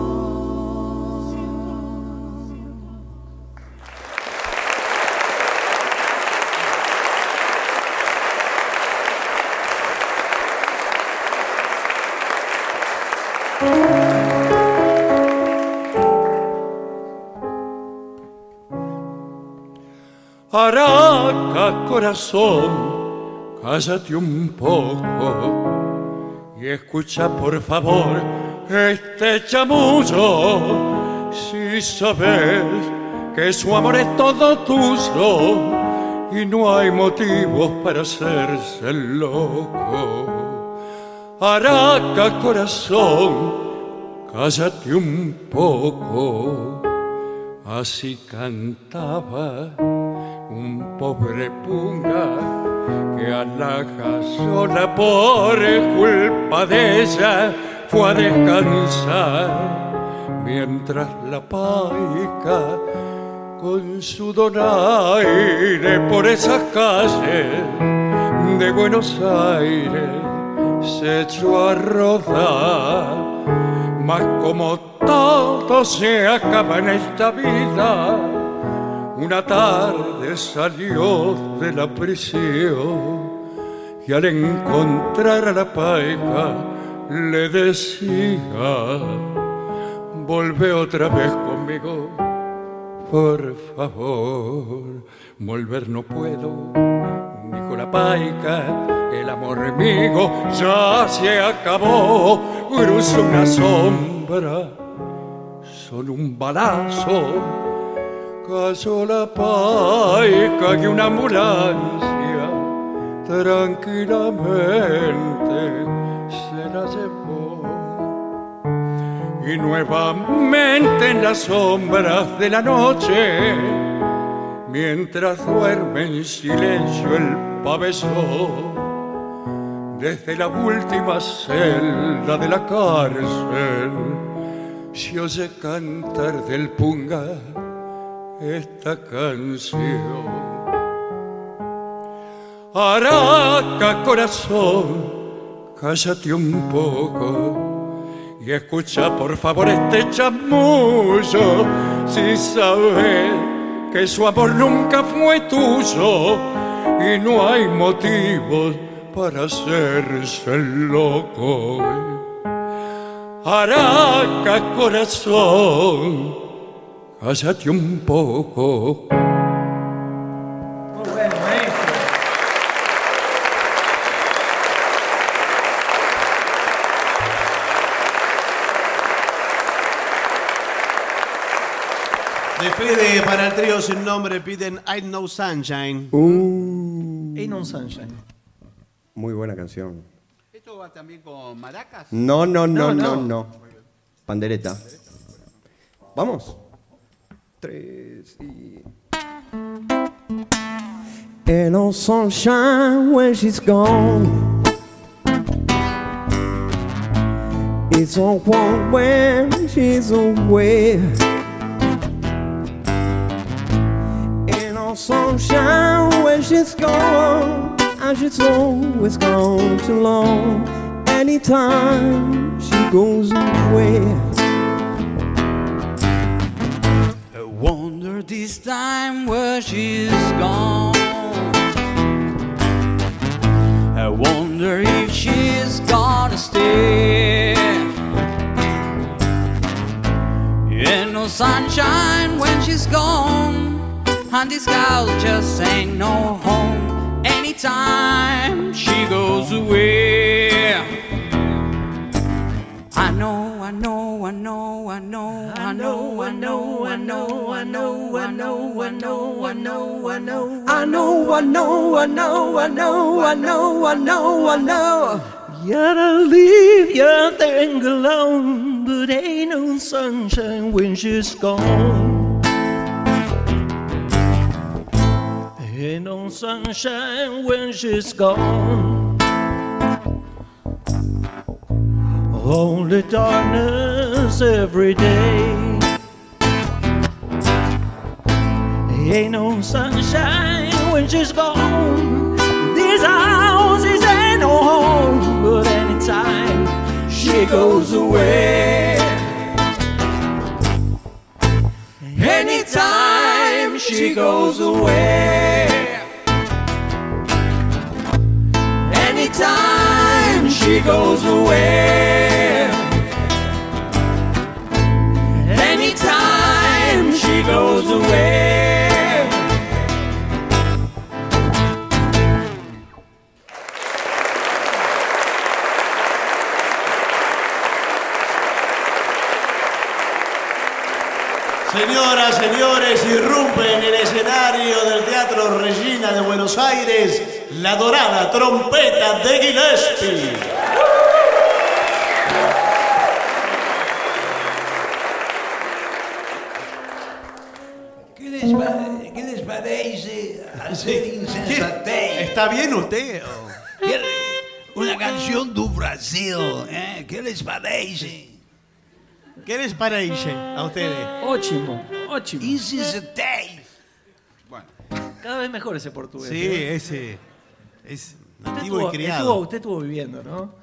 Araca, corazón, cállate un poco y escucha por favor este chamullo. Si sabes que su amor es todo tuyo y no hay motivos para hacerse loco. Araca, corazón, cállate un poco. Así cantaba un pobre punga que a la sola por culpa de ella fue a descansar mientras la paica con su donaire por esas calles de Buenos Aires se echó a rodar mas como todo se acaba en esta vida una tarde salió de la prisión y al encontrar a la pareja le decía, volve otra vez conmigo, por favor, volver no puedo. Dijo la paica, el amor mío ya se acabó, cruzo una sombra, solo un balazo cayó la paica que una ambulancia tranquilamente se la llevó. Y nuevamente en las sombras de la noche, mientras duerme en silencio el pabellón, desde la última celda de la cárcel, se oye cantar del punga esta canción. Araca, corazón, cállate un poco y escucha por favor este chamullo. Si sabes que su amor nunca fue tuyo y no hay motivos para hacerse loco. Araca, corazón, cállate un poco. De Fede para el trío sin nombre piden I No Sunshine. Uh, Ain't no sunshine. muy buena canción. ¿Esto va también con maracas? No, no, no, no, No, no. no. Pandereta. Vamos. Tres y. Ain't no sunshine when she's gone. It's all warm when she's away. Ain't no sunshine when she's gone. And she's always gone too long. Anytime she goes away. I wonder this time where she's gone. I wonder if she's gonna stay. Ain't no sunshine when she's gone, and this house just ain't no home. Anytime she goes away. I know, I know, I know, I know, I know, I know, I know, know, I know, I know, I know, I know, I know. I know, I know, I know, I know, I know, I know, I know. You gotta leave your thing alone, but ain't no sunshine when she's gone. Ain't no sunshine when she's gone. Only darkness every day. Ain't no sunshine when she's gone. This house is ain't no home, but anytime she goes away, anytime she goes away, anytime she goes away, anytime she goes away. Señoras, señores, irrumpe en el escenario del Teatro Regina de Buenos Aires la dorada trompeta de Gillespie. ¿Qué les, pa- qué les parece hacer insensatez? ¿Está bien usted? o? ¿Qué- Una canción do Brasil, ¿eh? ¿Qué les parece? ¿Qué les parece a ustedes? Ótimo, ótimo. Insensatez. Cada vez mejor ese portugués. Sí, ¿eh? ese es Usted nativo estuvo, y criado. estuvo- usted estuvo viviendo, ¿no?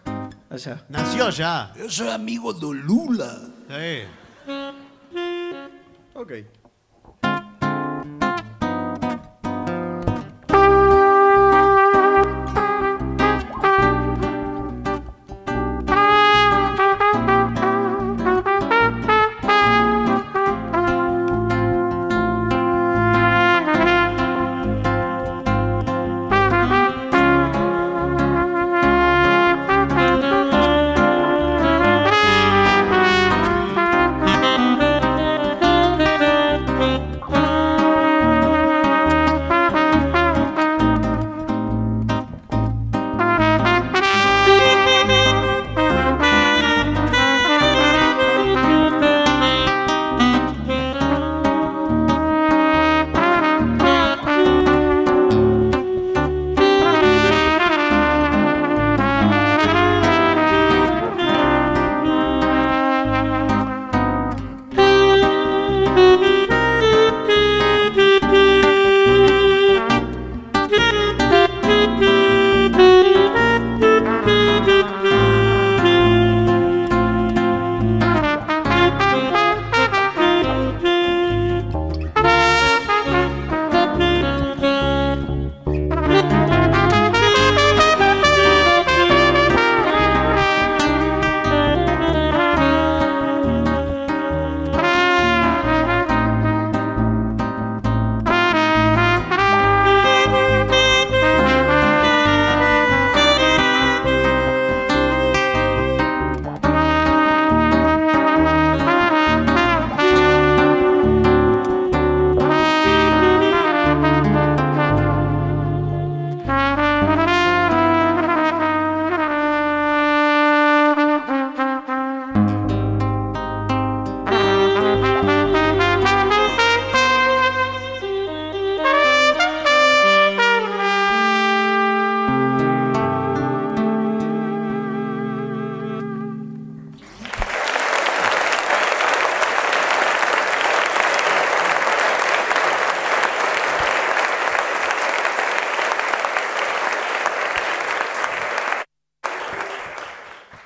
Allá. Nació ya. Yo soy amigo de Lula. Sí. Ok.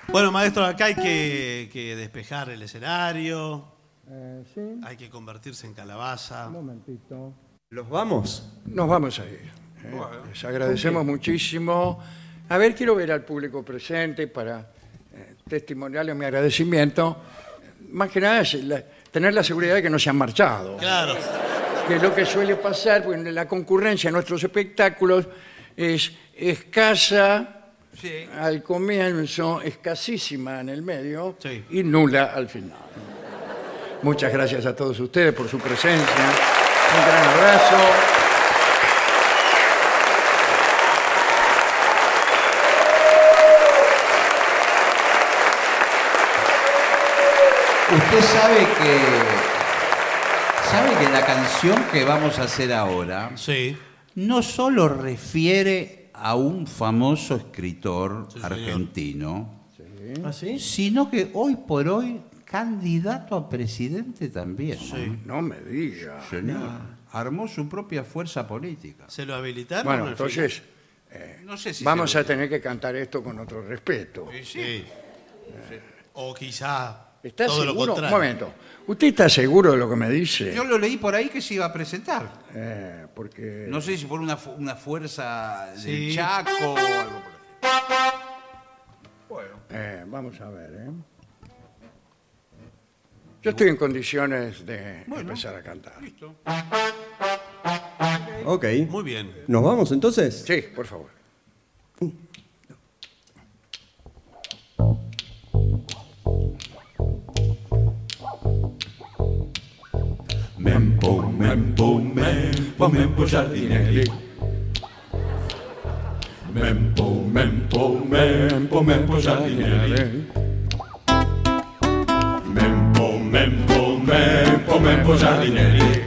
Bueno, maestro, acá hay que, que despejar el escenario, Eh, sí, hay que convertirse en calabaza. un momentito. ¿Los vamos? Nos vamos a ir. ¿eh? Les agradecemos muchísimo. A ver, quiero ver al público presente para eh, testimoniarle mi agradecimiento. Más que nada, es la- tener la seguridad de que no se han marchado. Claro. que es lo que suele pasar, porque la concurrencia en nuestros espectáculos es escasa Sí. al comienzo, escasísima en el medio Sí. y nula al final. Muchas gracias a todos ustedes por su presencia. Un gran abrazo. Usted sabe que. ¿Sabe que la canción que vamos a hacer ahora no solo refiere a un famoso escritor argentino, sino que hoy por hoy candidato a presidente también. No me diga. Señor. Armó su propia fuerza política. ¿Se lo habilitaron? Bueno, al fin? entonces No sé si vamos se lo- a tener que cantar esto con otro respeto. Sí. O quizá ¿Está todo lo seguro? Un contrario. momento. ¿Usted está seguro de lo que me dice? Yo lo leí por ahí que se iba a presentar. Eh, porque No sé si por una, fu- una fuerza del Sí. Chaco o algo por Eh, vamos a ver. ¿eh? Yo estoy en condiciones de empezar a cantar. Ok. Muy bien. ¿Nos vamos entonces? Sí, por favor. Mempo, mempo, mempo, mempo Giardinelli. Mempo, mempo, mempo, mempo Giardinelli. Mempo, mempo, mempo, mempo Giardinelli.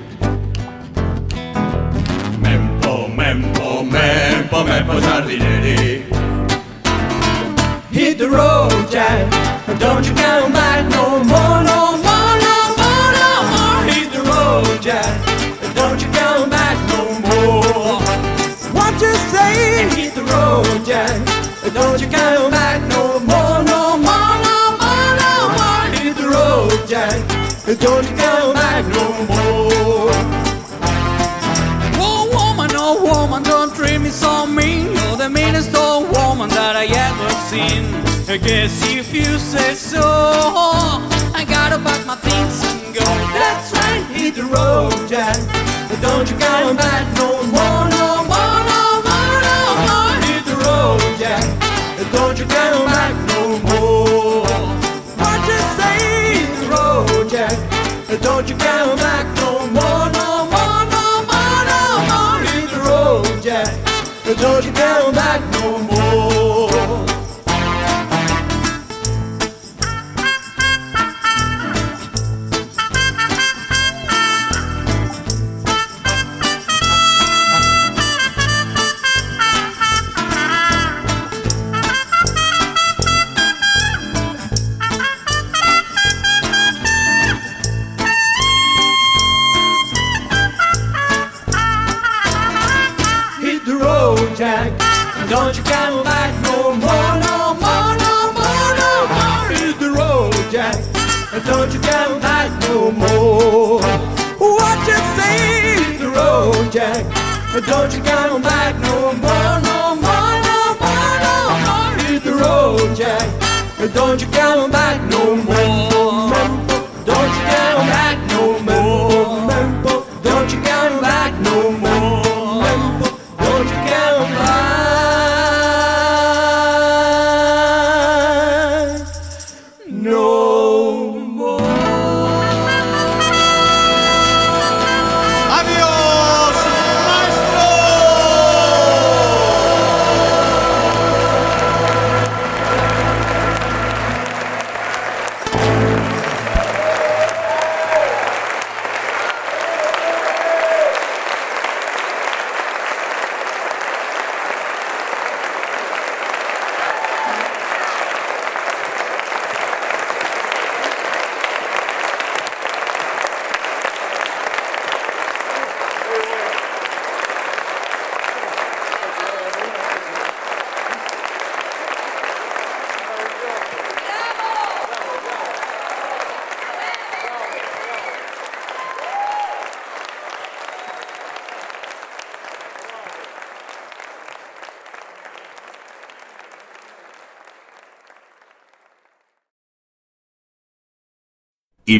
Mempo, mempo, mempo, mempo Giardinelli. Hit the road, Jack. Don't you come back no more, no more, no more, no more. Hit the road, Jack. Don't you come back no more. What you say? Hit the road, Jack. Don't you come back no more, no more, no more, no more. Hit the road, Jack. Don't you come back no more. Oh woman, oh woman, don't treat me so mean. You're the meanest old woman that I ever seen. I guess if you say so, I gotta pack my things and go. That's right, hit the road, Jack. Don't you come back no more, no more, no more, no more. oh, Hit the road, Jack. Don't you come back no more. What you say? Hit the road, Jack. Don't you come back no more, no more, no more, no more. Hit the road, Jack. Don't you come back no more. hit the road, Jack. Don't you come back no more, no more, no more, no more. Hit the road, Jack. Don't you come back no more. What you say? Hit the road, Jack. Don't you come back no more, no more, no more, no more. Hit the road, Jack. Don't you come back no more. Don't you come back no more. Don't you come back no more. Don't you come back no ¡Adiós, Y